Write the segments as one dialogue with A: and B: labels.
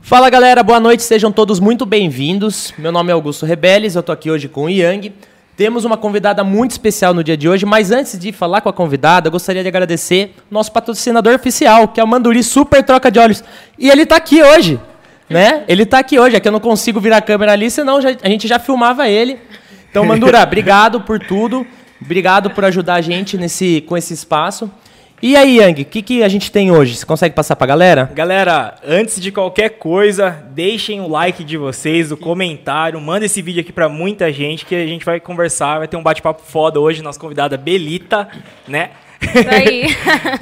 A: Fala galera, boa noite, sejam todos muito bem-vindos. Meu nome é Augusto Rebeles, eu tô aqui hoje com o Yang. Temos uma convidada muito especial no dia de hoje, mas antes de falar com a convidada, eu gostaria de agradecer nosso patrocinador oficial, que é o Manduri Super Troca de Olhos. E ele tá aqui hoje, né? Ele tá aqui hoje, é que eu não consigo virar a câmera ali, senão já- a gente já filmava ele. Então, Mandura, obrigado por tudo. Obrigado por ajudar a gente nesse, com esse espaço. E aí, Yang, o que, que a gente tem hoje? Você consegue passar pra galera?
B: Galera, antes de qualquer coisa, deixem o like de vocês, o comentário, manda esse vídeo aqui pra muita gente que a gente vai conversar, vai ter um bate-papo foda hoje, nossa convidada Belita, né?
C: Isso aí.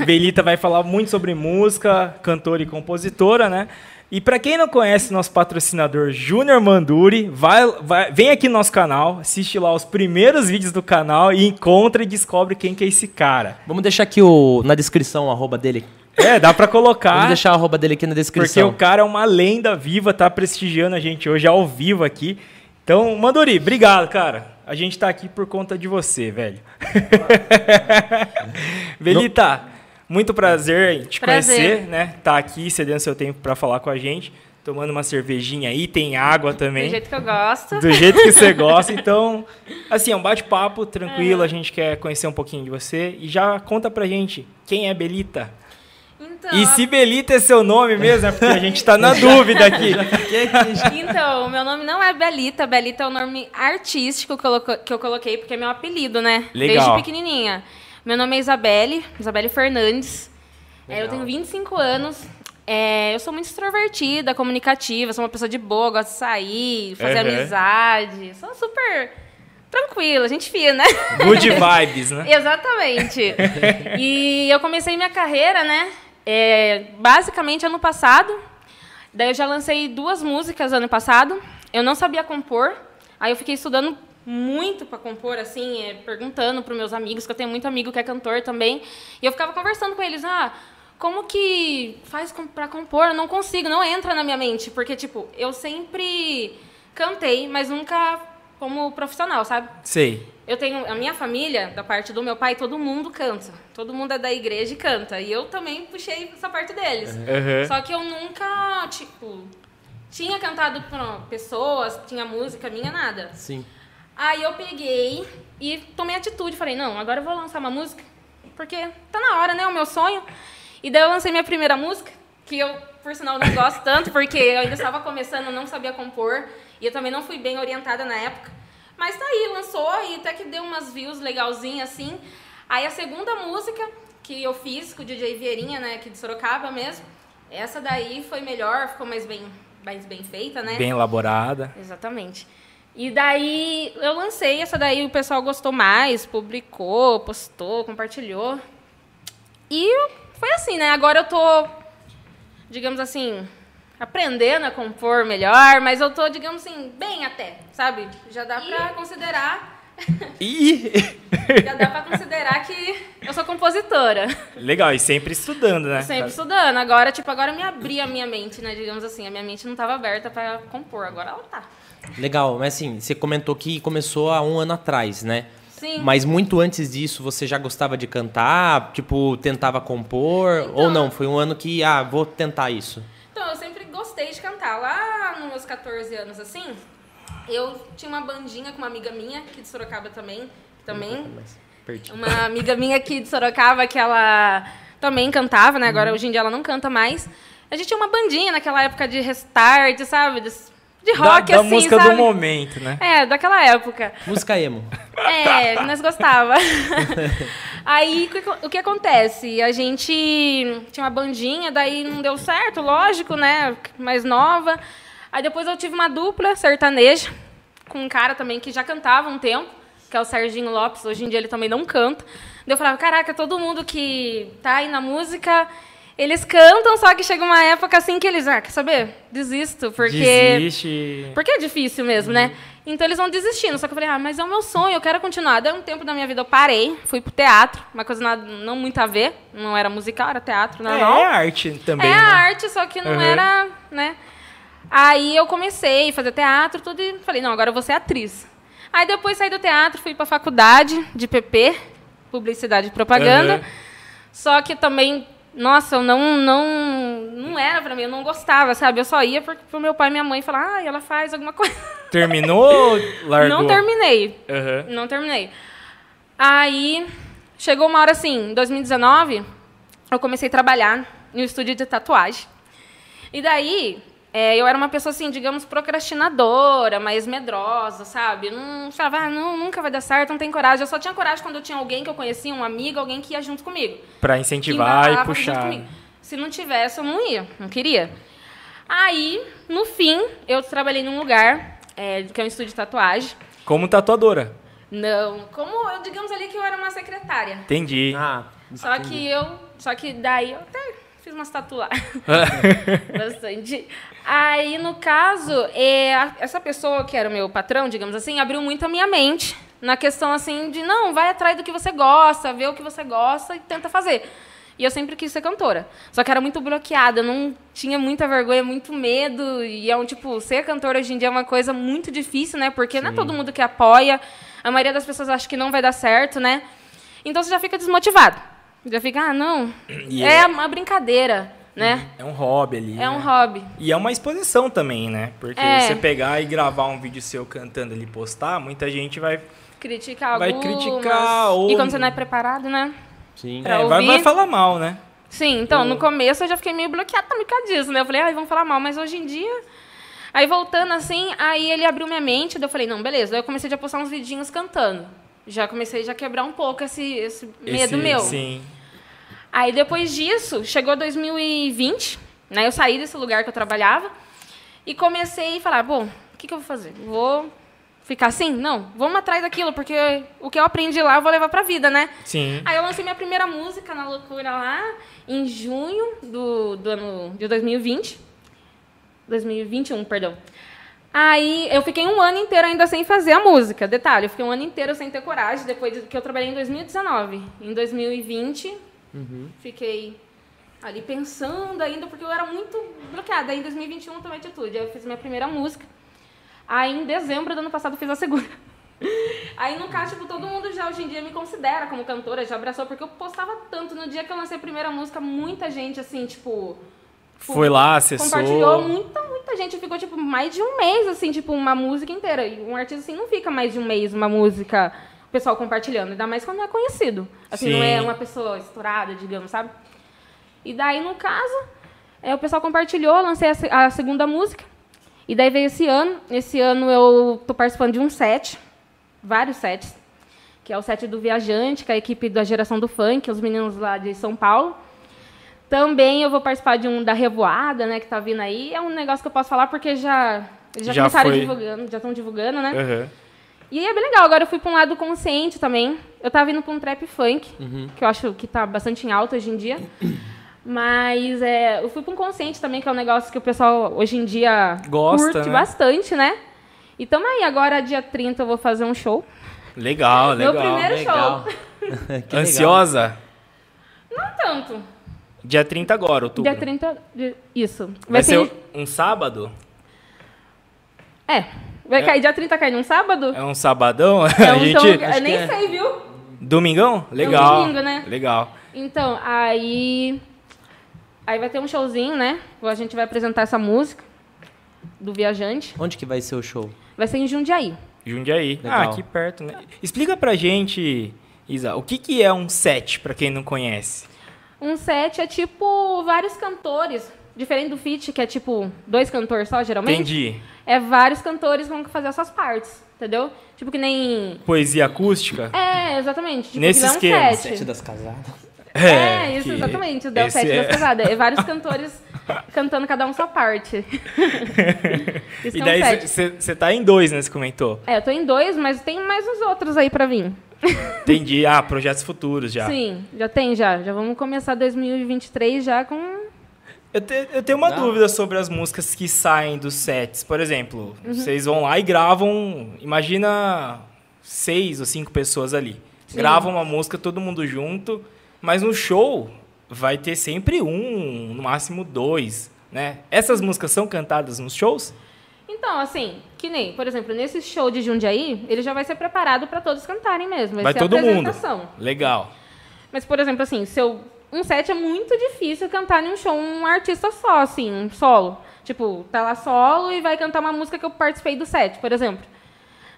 B: Belita vai falar muito sobre música, cantora e compositora, né? E pra quem não conhece nosso patrocinador Júnior Manduri, vai, vai- vem aqui no nosso canal, assiste lá os primeiros vídeos do canal e encontra e descobre quem que é esse cara.
A: Vamos deixar aqui o, na descrição o arroba dele.
B: É, dá pra
A: Vamos
B: colocar.
A: deixar o arroba dele aqui na
B: Porque o
A: descrição.
B: cara é uma lenda viva, tá prestigiando a gente hoje ao vivo aqui. Então, Manduri, obrigado, cara. A gente tá aqui por conta de você, velho. Velita, muito prazer em te
C: Prazer.
B: conhecer, né? Tá aqui cedendo seu tempo pra falar com a gente, tomando uma cervejinha aí, tem água também.
C: Do jeito que eu gosto.
B: Do jeito que você gosta, então, assim, é um bate-papo
C: É.
B: tranquilo, a gente quer conhecer um pouquinho de você e já conta pra gente quem é Belita.
C: Então,
B: E se Belita é seu nome mesmo, é porque a gente tá na dúvida aqui.
A: é
C: então, meu nome não é Belita. Belita é o nome artístico que eu coloco- que eu coloquei, porque é meu apelido, né?
B: Legal.
C: Desde pequenininha. Meu nome é Isabelle, Isabelle Fernandes. É, eu tenho 25 anos. É, eu sou muito extrovertida, comunicativa, sou uma pessoa de boa, gosto de sair, fazer
B: Uhum.
C: amizade. Sou super tranquila, gente fina. né?
B: Good vibes, né?
C: É. Exatamente. e eu comecei minha carreira, né? é, basicamente ano passado. Daí eu já lancei duas músicas ano passado. Eu não sabia compor. Aí eu fiquei estudando muito para compor, assim, é, perguntando para meus amigos, que eu tenho muito amigo que é cantor também. E eu ficava conversando com eles, ah, como que faz para compor? Eu não consigo, não entra na minha mente, porque tipo, eu sempre cantei, mas nunca como profissional, sabe?
B: Sei.
C: Eu tenho a minha família, da parte do meu pai, todo mundo canta. Todo mundo é da igreja e canta. E eu também puxei essa parte deles.
B: Uhum.
C: Só que eu nunca, tipo, tinha cantado pra pessoas, tinha música minha, nada.
A: Sim.
C: Aí eu peguei e tomei atitude. Falei, não, agora eu vou lançar uma música. Porque tá na hora, né? O meu sonho. E daí eu lancei minha primeira música, que eu, por sinal, não gosto tanto, porque eu ainda estava começando, não sabia compor. E eu também não fui bem orientada na época. Mas tá aí, lançou e até que deu umas views legalzinhas assim. Aí a segunda música que eu fiz com o DJ Vieirinha, né, aqui de Sorocaba mesmo, essa daí foi melhor, ficou mais bem, mais bem feita, né?
B: Bem elaborada.
C: Exatamente. E daí eu lancei essa daí, o pessoal gostou mais, publicou, postou, compartilhou. E foi assim, né? Agora eu tô, digamos assim, aprendendo a compor melhor, mas eu tô, digamos assim, bem até, sabe? Já dá pra considerar,
B: Ih!
C: já dá pra considerar que eu sou compositora.
B: Legal, e sempre estudando, né?
C: Sempre estudando. Agora, tipo, agora eu me abri a minha mente, né? Digamos assim, a minha mente não tava aberta pra compor, agora ela tá.
A: Legal, mas assim, você comentou que começou há um ano atrás, né?
C: Sim.
A: Mas muito antes disso, você já gostava de cantar? Tipo, tentava compor? Ou não? Foi um ano que, ah, vou tentar isso.
C: Então, eu sempre gostei de cantar. Lá nos meus 14 anos, assim, eu tinha uma bandinha com uma amiga minha, aqui de Sorocaba também, que também
A: Perdi.
C: uma amiga minha aqui de Sorocaba que ela também cantava, né?
B: Uhum.
C: Agora hoje em dia ela não canta mais. A gente tinha uma bandinha naquela época de restart, sabe? De, de
B: Da,
C: rock
B: da
C: assim,
B: música
C: sabe?
B: do momento, né?
C: É, daquela época.
A: Música emo.
C: É, nós gostava. Aí, o que- o que acontece? A gente tinha uma bandinha, daí não deu certo, lógico, né? Mais nova. Aí depois eu tive uma dupla sertaneja com um cara também que já cantava um tempo, que é o Serginho Lopes. Hoje em dia ele também não canta. Daí eu falava, caraca, todo mundo que tá aí na música, eles cantam, só que chega uma época assim que eles, ah, quer saber? Desisto, porque...
B: Desiste.
C: Porque é difícil mesmo, né? Então eles vão desistindo. Só que eu falei, ah, mas é o meu sonho, eu quero continuar. Daí um tempo da minha vida eu parei, fui pro teatro, uma coisa nada- não muito a ver, não era musical, era teatro,
B: É,
C: normal.
B: é arte também,
C: É
B: né?
C: a arte, só que não
B: Uhum.
C: era, né? Aí eu comecei a fazer teatro, tudo, e falei, não, agora eu vou ser atriz. Aí depois saí do teatro, fui pra faculdade de PP, Publicidade e Propaganda.
B: Uhum.
C: Só que também Nossa, eu não, não, não era pra mim, eu não gostava, sabe? Eu só ia pro, pro meu pai e minha mãe falar, ah, ela faz alguma coisa.
B: Terminou? Largou?
C: Não terminei,
B: Aham.
C: não terminei. Aí, chegou uma hora assim, em 2019, eu comecei a trabalhar no estúdio de tatuagem. E daí, é, eu era uma pessoa assim, digamos, procrastinadora, mais medrosa, sabe? Não falava, ah, não, nunca vai dar certo, não tem coragem. Eu só tinha coragem quando eu tinha alguém que eu conhecia, um amigo, alguém que ia junto comigo
B: Pra
C: que
B: incentivar e
C: embalava junto
B: puxar.
C: comigo. Se não tivesse, eu não ia, não queria. Aí, no fim, eu trabalhei num lugar, é, que é um estúdio de tatuagem.
B: Como tatuadora.
C: Não, como, eu- digamos ali que eu era uma secretária.
B: Entendi.
A: Ah,
C: Só que eu, só que daí eu até fiz umas tatuagens. Bastante. Aí, no caso, é, a- essa pessoa que era o meu patrão, digamos assim, abriu muito a minha mente na questão assim de não, vai atrás do que você gosta, vê o que você gosta e tenta fazer. E eu sempre quis ser cantora. Só que era muito bloqueada, eu não tinha muita vergonha, muito medo. E é um tipo, ser cantora hoje em dia é uma coisa muito difícil, né? Porque não é todo mundo que apoia. A maioria das pessoas acha que não vai dar certo, né? Então você já fica desmotivado. Já fica, ah, não.
B: E
C: É
B: é-
C: uma brincadeira, né?
B: É um hobby ali.
C: É um
B: né?
C: hobby.
B: E é uma exposição também, né? Porque
C: É.
B: você pegar e gravar um vídeo seu cantando ali e postar, muita gente vai.
C: criticar
B: Vai
C: algumas.
B: criticar ou-
C: E quando você não é preparado, né?
A: sim.
C: Pra
B: É, vai, vai
C: ouvir.
B: falar mal, né?
C: Sim, então, no começo eu já fiquei meio bloqueada também por causa disso, né? Eu falei, ai, vamos falar mal, mas hoje em dia... Aí, voltando assim, aí ele abriu minha mente, daí eu falei, não, beleza. Daí eu comecei a postar uns vidinhos cantando. Já comecei já a quebrar um pouco esse, esse medo
B: Esse-
C: meu.
B: Sim.
C: Aí depois disso, chegou 2020, né? Eu saí desse lugar que eu trabalhava e comecei a falar, bom, o que, que eu vou fazer? Vou ficar assim? Não, vamos atrás daquilo, porque o que eu aprendi lá eu vou levar pra vida, né?
B: Sim.
C: Aí eu lancei minha primeira música na loucura lá em junho do, do ano de 2020. 2021, perdão. Aí eu fiquei um ano inteiro ainda sem fazer a música. Detalhe, eu fiquei um ano inteiro sem ter coragem, depois de- que eu trabalhei em 2019. Em 2020, fiquei ali pensando ainda, porque eu era muito bloqueada. Aí em 2021 eu tomei atitude. Aí eu fiz minha primeira música. Aí em dezembro do ano passado eu fiz a segunda. Aí no caso, tipo, todo mundo já hoje em dia me considera como cantora, já abraçou, porque eu postava tanto. No dia que eu lancei a primeira música, muita gente, assim, tipo.
B: Foi lá, acessou.
C: Compartilhou um, né? muita, muita gente. Ficou, tipo, mais de um mês, assim, tipo, uma música inteira. E um artista, assim, não fica mais de um mês uma música, o pessoal compartilhando. Ainda mais quando é conhecido. Assim, não é
B: Sim.
C: uma pessoa estourada, digamos, sabe? E daí, no caso, é, o pessoal compartilhou, lancei a, se- a segunda música. E daí veio esse ano. Esse ano eu tô participando de um set, vários sets, que é o set do Viajante, com a equipe da Geração do Funk, os meninos lá de São Paulo. Também eu vou participar de um da Revoada, né, que tá vindo aí. É um negócio que eu posso falar porque já, eles já,
B: Já
C: começaram
B: foi. É.
C: divulgando, já estão divulgando, né?
B: Aham.
C: E aí é bem legal, agora eu fui pra um lado consciente também. Eu tava indo pra um trap funk,
B: Uhum.
C: que eu acho que tá bastante em alta hoje em dia. Mas é, eu fui pra um consciente também, que é um negócio que o pessoal hoje em dia
B: Gosta,
C: curte
B: né?
C: bastante, né? E tamo aí, agora dia 30 eu vou fazer um show.
B: Legal,
C: Meu
B: legal.
C: primeiro
A: É, Legal.
C: show.
A: Que legal.
B: Ansiosa?
C: Não tanto.
B: Dia 30 agora, outubro.
C: Dia 30. de- Isso.
B: Vai, ser
C: cair-
B: um sábado?
C: É. Vai cair dia 30, cai num sábado?
B: É um sabadão?
C: É
B: a
C: um
B: gente...
C: show- eu
A: acho
C: nem
A: que é.
C: sei, viu?
B: Domingão? Legal.
C: domingo, né?
B: Legal.
C: Então, aí. Aí vai ter um showzinho, né? A gente vai apresentar essa música do Viajante.
A: Onde que vai ser o show?
C: Vai ser em Jundiaí.
B: Jundiaí. Ah,
A: Legal.
B: aqui perto, né? Explica pra gente, Isa, o que, que é um set, pra quem não conhece?
C: Um set é tipo vários cantores. Diferente do feat, que é tipo dois cantores só, geralmente.
B: Entendi.
C: É vários cantores vão fazer as suas partes, entendeu? Tipo que nem.
B: Poesia acústica?
C: É, exatamente. Tipo,
B: Nesse
C: que não é
B: esquema, assim,
C: um set.
A: das casadas.
C: É, isso,
B: que-
C: exatamente. O Del
B: esse
C: Set
B: é-
C: das Pesadas. É vários cantores cantando cada um sua parte. isso
B: E
C: é um set.
B: daí você tá em dois, né? Você comentou.
C: É, eu tô em dois, mas tem mais uns outros aí pra vir.
B: Entendi. Ah, projetos futuros já.
C: Sim, já tem já. Já vamos começar 2023 já com.
B: Eu, te- eu tenho uma
A: Dá.
B: dúvida sobre as músicas que saem dos sets. Por exemplo,
C: Uhum.
B: vocês vão lá e gravam, imagina seis ou cinco pessoas ali.
C: Sim.
B: Gravam uma música, todo mundo junto, mas no show vai ter sempre um, no máximo dois, né? Essas músicas são cantadas nos shows?
C: Então, assim, que nem, por exemplo, nesse show de Jundiaí, ele já vai ser preparado pra todos cantarem mesmo. Vai,
B: Vai
C: ser
B: todo
C: a
B: mundo.
C: apresentação.
B: Legal.
C: Mas, por exemplo, assim, se eu um set é muito difícil cantar em um show, um artista só, assim, um solo. Tipo, tá lá solo e vai cantar uma música que eu participei do set, por exemplo.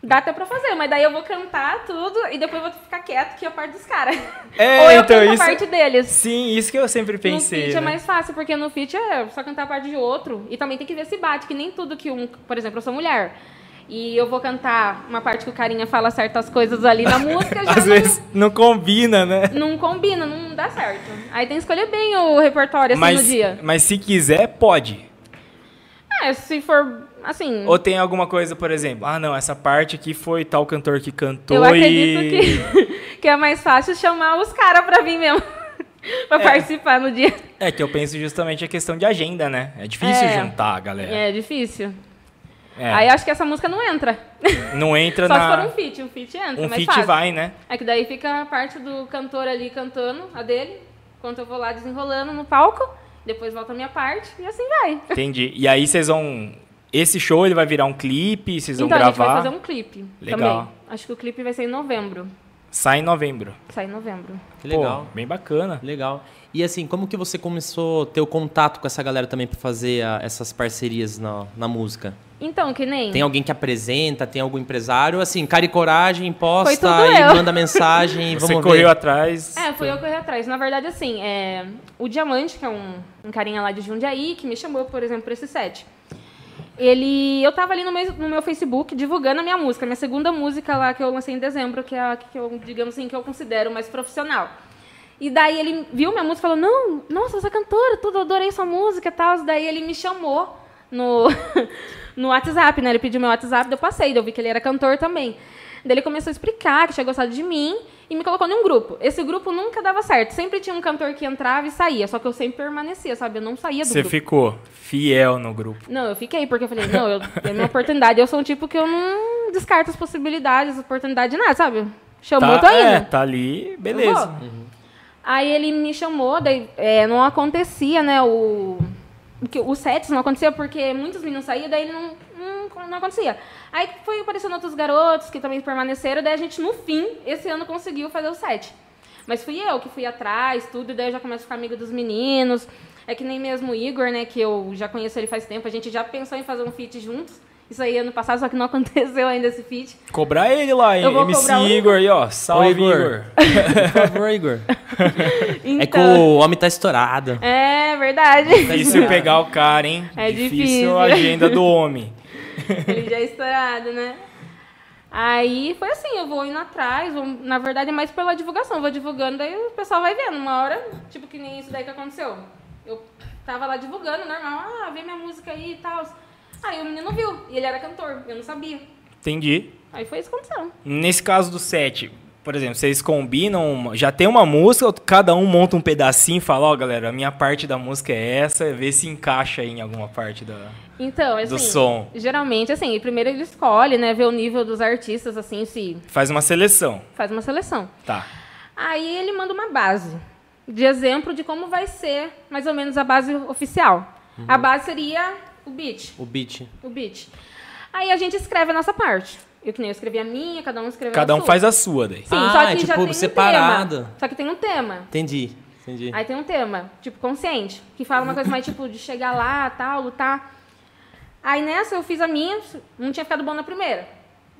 C: Dá até pra fazer, mas daí eu vou cantar tudo e depois eu vou ficar quieto que é a parte dos caras.
B: É,
C: Ou eu
B: então
C: canto
B: isso-
C: a parte deles.
B: Sim, isso que eu sempre pensei.
C: no feat é
B: né?
C: mais fácil, porque no feat é só cantar a parte de outro. E também tem que ver se bate, que nem tudo que um... Por exemplo, eu sou mulher. E eu vou cantar uma parte que o carinha fala certas coisas ali na música, já
B: Às
C: não-
B: vezes não combina, né?
C: não combina, não dá certo. Aí tem que escolher bem o repertório assim,
B: mas,
C: no dia.
B: mas se quiser, pode.
C: É, se for assim.
B: Ou tem alguma coisa, por exemplo, ah não, essa parte aqui foi tal cantor que cantou
C: eu acredito
B: e.
C: que, que é mais fácil chamar os caras pra vir mesmo. pra participar no dia.
B: É que eu penso justamente a questão de agenda, né? É difícil
C: É.
B: juntar, galera.
C: É, difícil.
B: É,
C: Aí acho que essa música não entra.
B: Não entra
C: Só se for
B: na.
C: um feat. Um feat entra,
B: Um
C: mais
B: fit
C: fácil.
B: vai, né?
C: É que daí fica a parte do cantor ali cantando, a dele, enquanto eu vou lá desenrolando no palco. Depois volta a minha parte e assim vai.
B: Entendi. E aí vocês vão. Esse show ele vai virar um clipe, vocês vão
C: então a gente
B: gravar.
C: vai fazer um clipe
B: Legal.
C: também. Acho que o clipe vai ser em novembro.
B: Sai em novembro.
C: Sai em novembro.
A: Que legal.
B: Pô, bem bacana.
A: Legal. E assim, como que você começou a ter o contato com essa galera também para fazer a- essas parcerias na, na música?
C: Então, que nem.
A: Tem alguém que apresenta, tem algum empresário? Assim, cara e coragem, posta
C: tudo
A: e
C: eu.
A: manda mensagem e
B: Você
A: vamos
B: correu
A: ver.
B: atrás.
C: É, fui eu correr atrás. Na verdade, assim, é, o Diamante, que é um, um carinha lá de Jundiaí, que me chamou, por exemplo, pra esse set. Ele. Eu tava ali no meu, no meu Facebook divulgando a minha música, a minha segunda música lá que eu lancei em dezembro, que é a que eu, digamos assim, que eu considero mais profissional. E daí ele viu minha música e falou: Não, nossa, essa cantora, tudo, eu adorei sua música e tal. Daí ele me chamou no, no WhatsApp, né? Ele pediu meu WhatsApp, daí eu passei, daí eu vi que ele era cantor também. Daí ele começou a explicar que tinha gostado de mim e me colocou num grupo. Esse grupo nunca dava certo. Sempre tinha um cantor que entrava e saía, só que eu sempre permanecia, sabe? Eu não saía do
B: Você
C: grupo.
B: ficou fiel no grupo.
C: Não, eu fiquei, porque eu falei, não, eu, é minha oportunidade. Eu sou um tipo que eu não descarto as possibilidades, oportunidade, nada, sabe? Chamou, eu tô indo.
B: é, tá ali, beleza.
C: vou. Aí ele me chamou, daí é, não acontecia, né, o... Porque os sets não acontecia porque muitos meninos saíam, daí ele não, não, não acontecia. Aí foi aparecendo outros garotos que também permaneceram, daí a gente, no fim, esse ano conseguiu fazer o set. Mas fui eu que fui atrás, tudo, daí eu já começo a ficar amiga dos meninos. É que nem mesmo o Igor, né, que eu já conheço ele faz tempo, a gente já pensou em fazer um feat juntos. Isso aí ano passado, só que não aconteceu ainda esse feat.
B: Cobrar ele lá, hein?
C: Eu vou
B: MC
C: cobrar o-
B: Igor aí, ó. Salve,
A: Ô, Igor.
B: Igor.
A: Por favor, Igor.
C: Então,
A: É que o homem tá estourado.
C: É verdade.
B: Difícil pegar o cara, hein?
C: É difícil.
B: a agenda do homem.
C: Ele já é estourado, né? Aí foi assim, eu vou indo atrás, vou- na verdade é mais pela divulgação, eu vou divulgando, daí o pessoal vai vendo. Uma hora, tipo que nem isso daí que aconteceu. Eu tava lá divulgando, normal, ah, vê minha música aí e tal. Aí o menino viu, e ele era cantor, eu não sabia.
B: Entendi.
C: Aí foi isso que aconteceu.
B: Nesse caso do set, por exemplo, vocês combinam, uma- já tem uma música, ou cada um monta um pedacinho e fala, ó, galera, a minha parte da música é essa, vê se encaixa aí em alguma parte da...
C: Então, assim,
B: Do som.
C: geralmente, assim, primeiro ele escolhe, né, vê o nível dos artistas, assim, se
B: Faz uma seleção,
C: faz uma seleção.
B: tá.
C: Aí ele manda uma base de exemplo de como vai ser mais ou menos a base oficial.
A: Uhum.
C: A base seria o beat,
A: O beat.
C: o beat. Aí a gente escreve a nossa parte. Eu que nem eu escrevi a minha, cada um escreveu
B: Cada
C: a
B: um
C: sua.
B: faz a sua daí.
C: Sim,
A: Ah,
C: só
A: é
C: que já
A: tipo
C: tem um
A: separado.
C: tema. Só que tem um tema.
A: Entendi. Entendi.
C: Aí tem um tema, tipo consciente, que fala uma coisa mais tipo de chegar lá, tal, lutar. Aí nessa eu fiz a minha, não tinha ficado bom na primeira.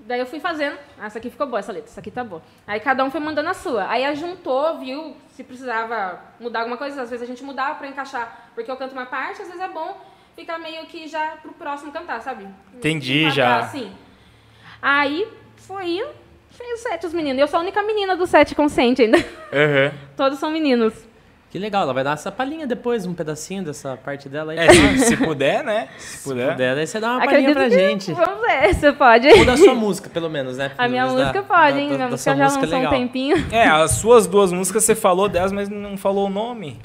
C: Daí eu fui fazendo, ah, essa aqui ficou boa, essa letra, essa aqui tá boa. Aí cada um foi mandando a sua. Aí a juntou, viu se precisava mudar alguma coisa, às vezes a gente mudava pra encaixar, porque eu canto uma parte, às vezes é bom ficar meio que já pro próximo cantar, sabe?
B: Entendi,
C: Enquadrar,
B: já.
C: Assim. Aí foi, indo, fez o set os meninos. Eu sou a única menina do set consciente ainda.
B: Aham.
C: Todos são meninos.
A: Que legal, ela vai dar essa palhinha depois, um pedacinho dessa parte dela aí.
B: É, se, se puder, né? Se puder.
A: dela. Aí você dá uma palhinha pra gente.
C: Vamos ver, você pode.
A: Ou da sua música, pelo menos, né?
C: A
A: Pelo
C: minha
A: menos da-
C: música pode,
A: da-
C: hein?
A: da-
C: Minha
A: da sua
C: música já
A: música é
C: lançou um
A: legal.
C: tempinho.
B: É, as suas duas músicas você falou delas, mas não falou o nome.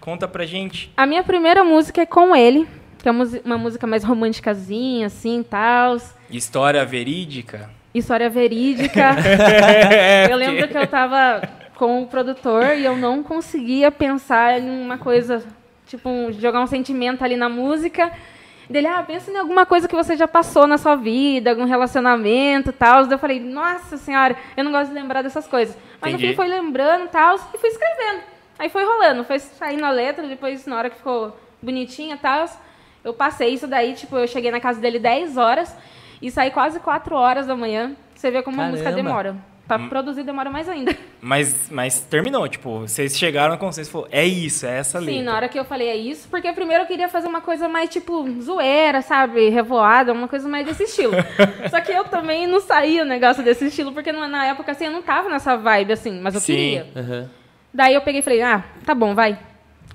B: Conta pra gente.
C: A minha primeira música é com ele, que é uma musi- uma música mais românticazinha, assim, tal.
B: História verídica?
C: História verídica. eu lembro que eu tava com o produtor e eu não conseguia pensar em uma coisa, tipo, um- jogar um sentimento ali na música. Dele, ah, pensa em alguma coisa que você já passou na sua vida, algum relacionamento e tal. Daí eu falei, nossa senhora, eu não gosto de lembrar dessas coisas. Mas no
B: Entendi.
C: fim foi lembrando e tal, e fui escrevendo. Aí foi rolando, foi saindo a letra, depois na hora que ficou bonitinha e tal, eu passei isso daí, tipo, eu cheguei na casa dele 10 horas e saí quase 4 horas da manhã. Você vê como a música
A: Caramba.
C: demora. Pra
B: Hum.
C: produzir demora mais ainda.
B: Mas, mas terminou, tipo, vocês chegaram a consenso e falou, é isso, é essa letra.
C: Sim, na hora que eu falei é isso, porque primeiro eu queria fazer uma coisa mais tipo zoeira, sabe? Revoada, uma coisa mais desse estilo. Só que eu também não saía o negócio desse estilo, porque não- na época assim eu não tava nessa vibe assim, mas eu
B: Sim.
C: queria.
A: Aham.
C: Daí eu peguei e falei, ah, tá bom, vai.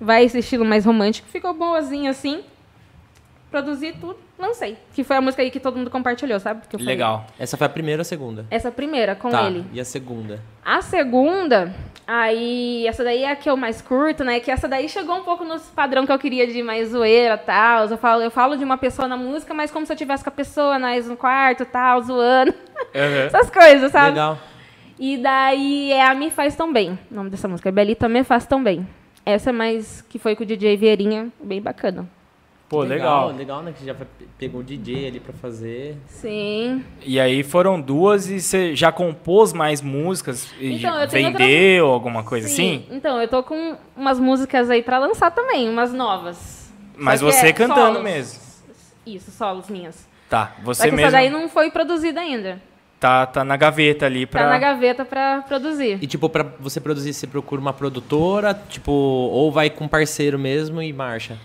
C: Vai esse estilo mais romântico. Ficou boazinha assim. Produzi tudo, lancei. Que foi a música aí que todo mundo compartilhou, sabe? Que eu falei.
B: Legal.
A: Essa foi a primeira ou a segunda?
C: Essa primeira, com
A: tá,
C: ele.
A: e a segunda?
C: A segunda, aí, essa daí é a que eu mais curto, né? Que essa daí chegou um pouco no padrão que eu queria de mais zoeira e tal. Eu falo, eu falo de uma pessoa na música, mas como se eu tivesse com a pessoa, nós no quarto e tal, zoando.
B: Aham.
C: Essas coisas, sabe?
A: Legal.
C: E daí é a Me Faz Tão Bem. O nome dessa música é Belita Me Faz Tão Bem. Essa é mais que foi com o DJ Vieirinha, bem bacana.
B: Pô, legal.
A: Legal, né? Que já pe- pegou o DJ ali pra fazer.
C: Sim.
B: E aí foram duas e você já compôs mais músicas e
C: Então, eu tenho
B: vendeu alguma coisa
C: Sim.
B: assim?
C: Então, eu tô com umas músicas aí pra lançar também, umas novas.
B: Mas
C: Só que
B: você
C: é
B: cantando
C: solos.
B: mesmo.
C: Isso, solos minhas.
B: Tá,
C: Só que
B: você
C: essa
B: mesmo
C: daí não foi produzida ainda.
B: tá, tá na gaveta ali pra...
C: Tá na gaveta pra produzir.
A: E tipo, pra você produzir, você procura uma produtora, tipo, ou vai com um parceiro mesmo e marcha.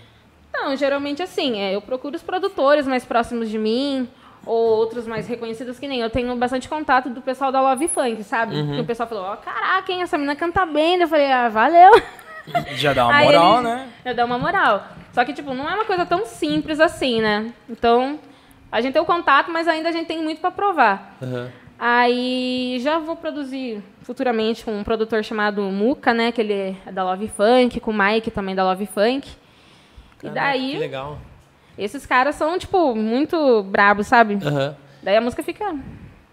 C: Não, geralmente assim, é, eu procuro os produtores mais próximos de mim, ou outros mais reconhecidos que nem. Eu tenho bastante contato do pessoal da Love Funk, sabe?
B: Uhum.
C: Que o pessoal falou, ó, caraca, hein, essa menina canta bem. Daí Eu falei, ah, valeu.
B: Já dá uma
C: Aí
B: moral,
C: eles-
B: né?
C: Eu dou uma moral. Só que, tipo, não é uma coisa tão simples assim, né? Então, a gente tem o contato, mas ainda a gente tem muito pra provar.
A: Aham.
C: Aí já vou produzir futuramente com um produtor chamado Muca, né? Que ele é da Love Funk, com o Mike também da Love Funk. e
A: Caraca, Que
C: daí,
A: legal.
C: esses caras são, tipo, muito brabos, sabe?
A: Aham.
C: Daí a música fica.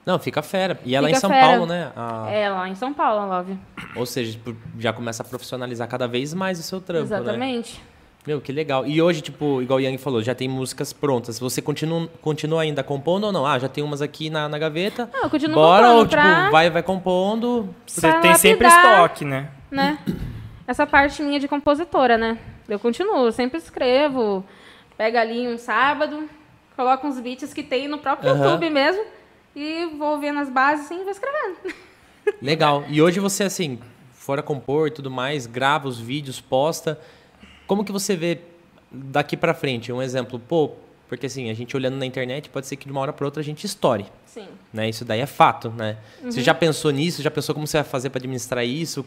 A: Não, fica fera. E ela é em
C: Fica
A: São
C: fera.
A: Paulo, né? A-
C: É, lá em São Paulo, a Love.
A: Ou seja, tipo, já começa a profissionalizar cada vez mais o seu trampo, né?
C: Exatamente.
A: Meu, que legal. E hoje, tipo, igual o Yang falou, já tem músicas prontas. Você continua, continua ainda compondo ou não? Ah, já tem umas aqui na, na gaveta.
C: Ah, eu continuo
A: Bora,
C: compondo
A: ou tipo,
C: pra-
A: vai, vai compondo.
B: Você
C: Pra
B: tem sempre
C: lapidar.
B: estoque, né?
C: né? Essa parte minha de compositora, né? Eu continuo, eu sempre escrevo. Pega ali um sábado, coloco uns beats que tem no próprio
A: Aham.
C: YouTube mesmo e vou vendo as bases assim e vou escrevendo.
A: Legal. E hoje você, assim, fora compor e tudo mais, grava os vídeos, posta. Como que você vê daqui pra frente? Um exemplo, pô, porque assim, a gente olhando na internet, pode ser que de uma hora pra outra a gente estoure.
C: Sim.
A: Né? Isso daí é fato, né? Você
C: Uhum.
A: já pensou nisso? Já pensou como você vai fazer pra administrar isso?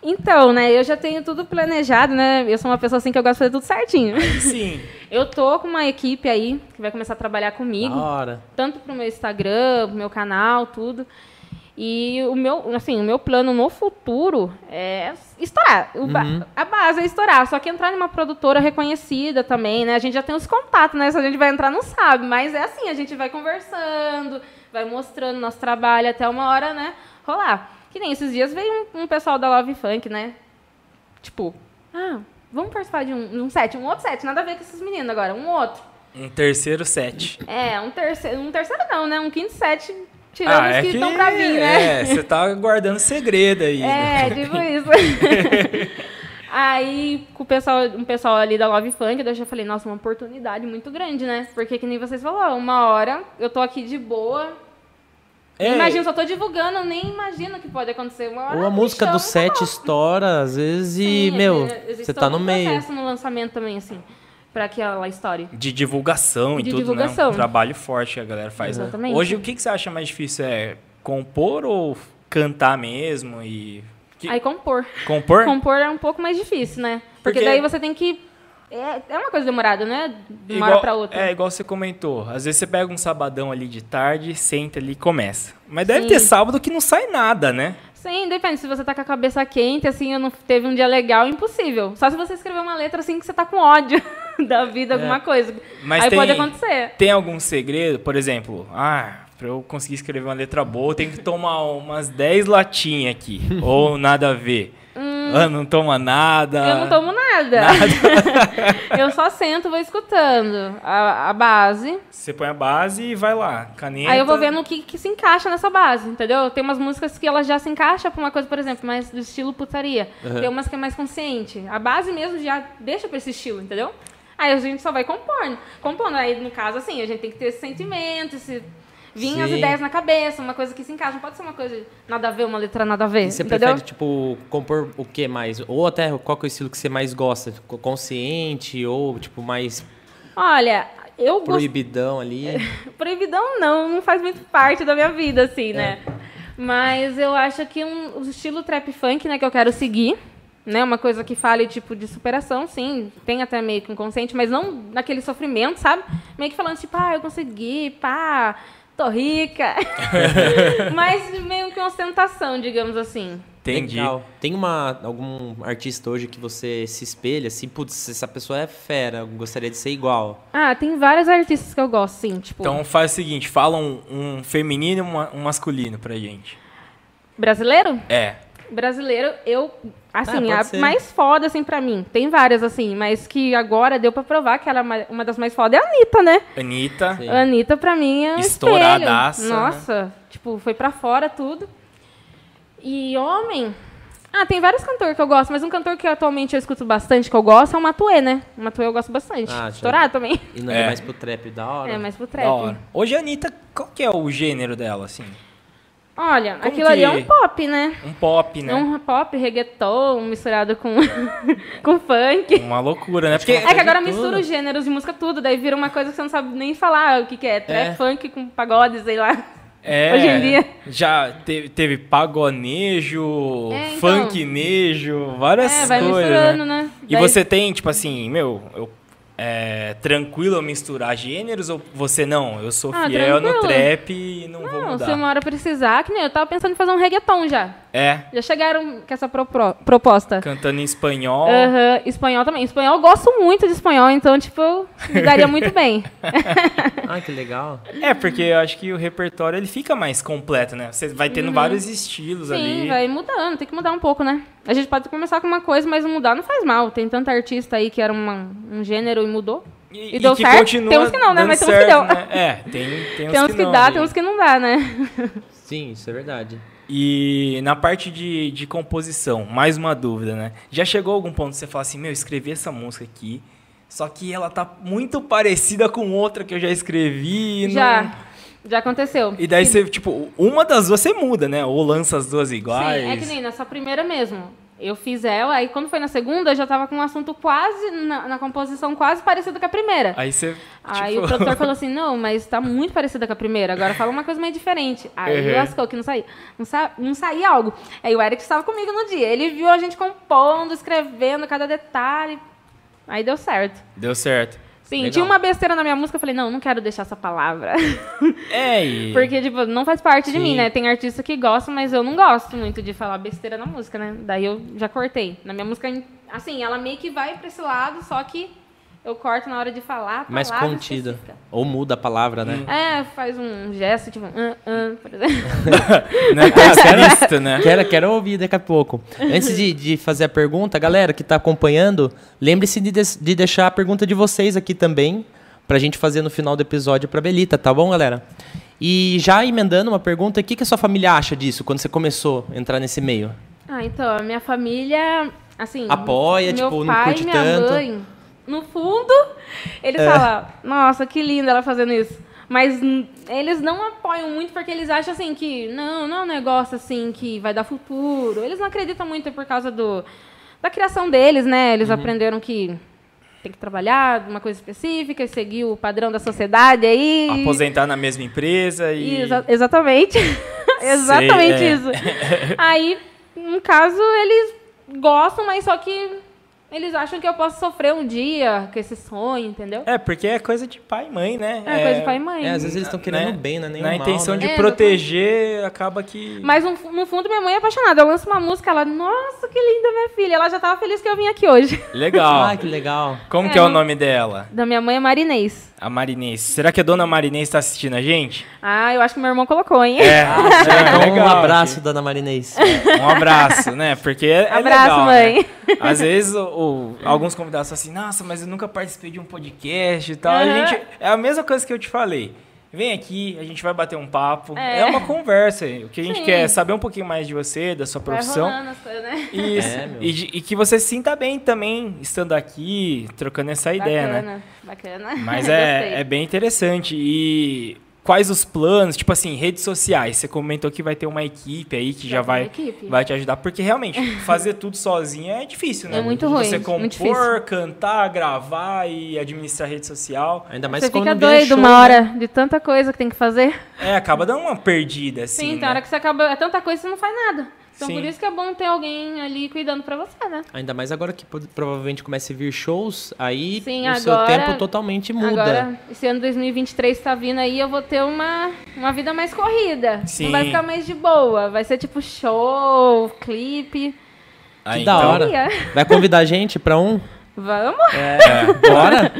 C: Então, né, eu já tenho tudo planejado, né? Eu sou uma pessoa assim que eu gosto de fazer tudo certinho.
B: Sim.
C: Eu tô com uma equipe aí que vai começar a trabalhar comigo.
A: Da hora.
C: tanto pro meu Instagram, pro meu canal, tudo. E o meu, assim, o meu plano no futuro é estourar. O ba- A base é estourar, só que entrar numa produtora reconhecida também, né? A gente já tem os contatos, né? Se a gente vai entrar, não sabe. Mas é assim, a gente vai conversando, vai mostrando nosso trabalho até uma hora, né? Rolar. Que nem esses dias veio um, um pessoal da Love Funk, né? Tipo, ah, vamos participar de um, de um set, um outro set, nada a ver com esses meninos agora, um outro.
B: Um terceiro set.
C: É, um terceiro, um terceiro não, né? Um quinto set, tirando
A: Ah, é
C: os que estão pra vir, né?
B: Ah, É, você tá guardando segredo aí. né?
C: É, tipo isso. Aí, com o pessoal, um pessoal ali da Love Funk, eu já falei, nossa, uma oportunidade muito grande, né? Porque, que nem vocês falaram, uma hora eu tô aqui de boa.
A: É,
C: Imagina, só tô divulgando, eu nem imagino o que pode acontecer. Uma hora
A: Ou a
C: me
A: música do
C: chamam,
A: set estoura, às vezes, e,
C: assim,
A: meu,
C: é, existe
A: você tá
C: todo
A: no
C: um
A: meio.
C: processo no lançamento também, assim, pra que ela estoure.
B: De divulgação e
C: De
B: tudo, né?
C: divulgação.
B: Um trabalho forte que a galera faz.
C: Exatamente.
B: Hoje, o que, que você acha mais difícil? É compor ou cantar mesmo e... que-
C: Aí compor.
B: Compor?
C: Compor é um pouco mais difícil, né? Porque,
B: Porque-
C: daí você tem que. É, é uma coisa demorada, né? De uma hora
B: Igual-
C: pra outra.
B: É, igual você comentou. Às vezes você pega um sabadão ali de tarde, senta ali e começa. Mas deve
C: Sim.
B: ter sábado que não sai nada, né?
C: Sim, depende. Se você tá com a cabeça quente, assim, eu não teve um dia legal, impossível. Só se você escrever uma letra assim que você tá com ódio da
B: É.
C: vida, alguma coisa.
B: Mas
C: Aí
B: tem-
C: pode acontecer.
B: Tem algum segredo? Por exemplo, ah, pra eu conseguir escrever uma letra boa, eu tenho que tomar umas 10 latinhas aqui. ou nada a ver. Ah, não toma nada.
C: Hum. Eu não tomo nada. eu só sento, vou escutando a, a base.
B: Você põe a base e vai lá, caneta.
C: Aí eu vou vendo o que, que se encaixa nessa base, entendeu? Tem umas músicas que elas já se encaixam pra uma coisa, por exemplo, mais do estilo putaria. Tem umas que é mais consciente. A base mesmo já deixa pra esse estilo, entendeu? Aí a gente só vai compondo. Compondo. Aí, no caso, assim, a gente tem que ter esse sentimento, esse... Vinha as
A: Sim.
C: ideias na cabeça, uma coisa que se encaixa. Não pode ser uma coisa nada a ver, uma letra nada a ver,
A: E você
C: entendeu?
A: prefere, tipo, compor o que mais? Ou até qual que é o estilo que você mais gosta? Co- Consciente ou, tipo, mais
C: Olha, eu gosto É.
A: proibidão ali?
C: Proibidão não, não faz muito parte da minha vida, assim, né? Mas eu acho que um, o estilo trap funk, né, que eu quero seguir, né? Uma coisa que fale, tipo, de superação, sim. Tem até meio que inconsciente, mas não naquele sofrimento, sabe? Meio que falando, tipo, ah, eu consegui, pá, tô rica. mas meio que uma ostentação, digamos assim.
B: Entendi.
A: Legal. Tem uma, algum artista hoje que você se espelha, assim, putz, essa pessoa é fera, eu gostaria de ser igual.
C: Ah, tem vários artistas que eu gosto, sim, tipo,
B: Então faz o seguinte, fala um, um feminino e uma- um masculino pra gente.
C: brasileiro?
B: É.
C: Brasileiro, eu. Assim,
A: Ah, pode
C: a
A: ser.
C: mais foda, assim, pra mim. Tem várias, assim, mas que agora deu pra provar que ela é ma- uma das mais fodas é a Anitta, né?
B: Anitta.
A: Sim.
C: A Anitta, pra mim, é. um
B: Estouradaça,
C: espelho. Nossa, tipo, foi pra fora tudo. E homem. Ah, tem vários cantores que eu gosto, mas um cantor que atualmente eu escuto bastante, que eu gosto, é o Matuê, né? O Matuê eu gosto bastante.
A: Ah, já-
C: Estourado também.
A: E não
B: É.
A: é mais pro trap da hora.
C: É, mas pro
B: Da hora.
C: trap.
B: Hoje a Anitta, qual que é o gênero dela, assim?
C: Olha,
B: Como
C: aquilo ali é
B: que-
C: um pop, né?
B: Um pop, né?
C: É um pop, reggaeton, misturado com, com funk.
B: Uma loucura, né? Porque
C: É um que agora
A: de tudo.
C: mistura os gêneros de música tudo, daí vira uma coisa que você não sabe nem falar o que, que é. Trap
A: É.
C: funk com pagode, sei lá.
B: é,
C: hoje em dia-
B: já teve, teve pagonejo,
C: É, então.
B: funknejo, várias
C: É, vai
B: coisas,
C: misturando, né?
B: E
C: Daí-
B: você tem, tipo assim, meu, eu, é tranquilo eu misturar gêneros ou você não? Eu sou
C: Ah,
B: fiel no
C: tranquilo.
B: trap e não, vou
C: Não,
B: mudar.
C: se uma hora precisar, que nem eu tava pensando em fazer um reggaeton já.
B: É,
C: Já chegaram com essa propro- proposta.
B: cantando em espanhol.
C: Aham, espanhol também. Espanhol, eu gosto muito de espanhol, então, tipo, eu me daria muito bem.
A: Ah, que legal.
B: É, porque eu acho que o repertório ele fica mais completo, né? Você vai tendo vários estilos ali.
C: Uhum. Sim, vai mudando, tem que mudar um pouco, né? A gente pode começar com uma coisa, mas mudar não faz mal. Tem tanta artista aí que era uma- um gênero e mudou. E, deu
B: que
C: certo.
B: continua
C: Tem uns que não, né?
B: dando
C: Mas tem uns que
B: certo,
C: deu.
B: né? É, tem, tem uns
C: Tem uns
B: que,
C: que
B: não,
C: dá,
B: ali.
C: tem uns que não dá, né?
A: Sim, isso é verdade.
B: E na parte de, de composição, mais uma dúvida, né? Já chegou algum ponto que você fala assim, meu, eu escrevi essa música aqui, só que ela tá muito parecida com outra que eu já escrevi. e não-
C: Já. Já aconteceu.
B: E daí você, tipo, uma das duas você muda, né? Ou lança as duas iguais.
C: Sim, é que nem nessa primeira mesmo. Eu fiz ela, aí quando foi na segunda, eu já tava com um assunto quase, na, na composição quase parecido com a primeira.
B: Aí você.
C: Aí
B: tipo,
C: o produtor falou assim, não, mas tá muito parecida com a primeira, agora fala uma coisa meio diferente. Aí
B: Uhum.
C: lascou que não saía. Não, sa não saía algo. Aí o Eric estava comigo no dia, ele viu a gente compondo, escrevendo cada detalhe. Aí deu certo.
B: Deu certo.
C: Sim,
A: Legal.
C: tinha uma besteira na minha música, eu falei, não, não quero deixar essa palavra.
B: É, e.
C: Porque, tipo, não faz parte de
B: Sim.
C: mim, né? Tem artista que gosta, mas eu não gosto muito de falar besteira na música, né? Daí eu já cortei. Na minha música, assim, ela meio que vai pra esse lado, só que eu corto na hora de falar. a
A: Mais
C: palavra
A: contida.
C: específica.
A: Ou muda a palavra, né?
C: É, faz um gesto, tipo, ah, ah, por exemplo.
B: Né? Castrista, né?
A: Quero, quero ouvir daqui a pouco. Antes de, de fazer a pergunta, galera que está acompanhando, lembre-se de, des- de deixar a pergunta de vocês aqui também, pra gente fazer no final do episódio pra Belita, tá bom, galera? E já emendando uma pergunta, o que, que a sua família acha disso, quando você começou a entrar nesse meio?
C: Ah, então, a minha família, assim.
A: Apoia,
C: meu
A: tipo, não
C: pai,
A: curte
C: minha
A: tanto. É.
C: Mãe, no fundo, eles falam, nossa, que linda ela fazendo isso. Mas n- eles não apoiam muito porque eles acham assim que não, não é um negócio assim que vai dar futuro. Eles não acreditam muito por causa do da criação deles, né?
A: Uhum.
C: Eles aprenderam que tem que trabalhar uma coisa específica e seguir o padrão da sociedade aí. e-
B: Aposentar na mesma empresa e.
C: Exa- exatamente. exatamente
B: é.
C: isso. Aí, no caso, eles gostam, mas só que eles acham que eu posso sofrer um dia com esse sonho, entendeu?
B: É, porque é coisa de pai e mãe, né?
C: É, coisa de pai e mãe.
A: É, às vezes eles estão querendo
B: né?
A: bem, né? Nem
B: Na
A: o mal,
B: intenção
A: né?
B: de
C: É,
B: proteger, acaba que.
C: Mas no, fu- no fundo, minha mãe é apaixonada. Eu lanço uma música, ela, nossa, que linda, minha filha. Ela já tava feliz que eu vim aqui hoje.
B: Legal.
A: Ah, que legal.
B: Como
C: É,
B: que é o
C: não-
B: nome dela?
C: Da minha mãe é Marinês.
B: A Marinês. Será que a dona Marinês está assistindo a gente?
C: Ah, eu acho que meu irmão colocou, hein?
B: É.
A: Então, um abraço,
B: gente.
A: dona Marinês.
B: Um abraço, né? Porque é, é
C: Abraço,
B: legal,
C: mãe.
B: né? Às vezes o- o- alguns convidados falam assim, nossa, mas eu nunca participei de um podcast e tal. A
C: Aham.
B: gente, é a mesma coisa que eu te falei. Vem aqui, a gente vai bater um papo. É,
C: É.
B: uma conversa. O que a gente
C: Sim.
B: quer é saber um pouquinho mais de você, da sua
C: Vai
B: profissão.
C: rolando as coisas, né?
B: Isso.
A: É, meu.
B: e, de- e que você se sinta bem também, estando aqui, trocando essa ideia, né?
C: bacana, bacana.
B: Mas
C: Gostei.
B: é, é bem interessante. E quais os planos? Tipo assim, redes sociais. Você comentou que vai ter uma equipe aí que já
C: Já tem
B: vai,
C: uma equipe.
B: vai te ajudar. Porque realmente, fazer tudo sozinho é difícil, né?
C: É muito ruim,
B: Você
C: muito
B: compor, cantar, gravar e administrar rede social.
A: Ainda mais
C: Você
A: quando
C: fica
A: vira
C: doido
A: show,
C: uma
A: né?
C: hora de tanta coisa que tem que fazer.
B: É, acaba dando uma perdida, assim.
C: Sim, tem
B: né?
C: hora que você acaba. É tanta coisa que você não faz nada. Então
B: Sim.
C: por isso que é bom ter alguém ali cuidando pra você, né?
A: Ainda mais agora que pod- provavelmente começa a vir shows, aí
C: Sim,
A: o seu
C: agora-
A: tempo totalmente muda.
C: Agora, esse ano 2023 tá vindo aí, eu vou ter uma, uma vida mais corrida.
B: Sim.
C: Não vai ficar mais de boa. Vai ser tipo show, clipe.
B: Ah,
A: que da hora.
C: Ia.
A: Vai convidar a gente pra um?
C: Vamos?
B: É,
A: Bora?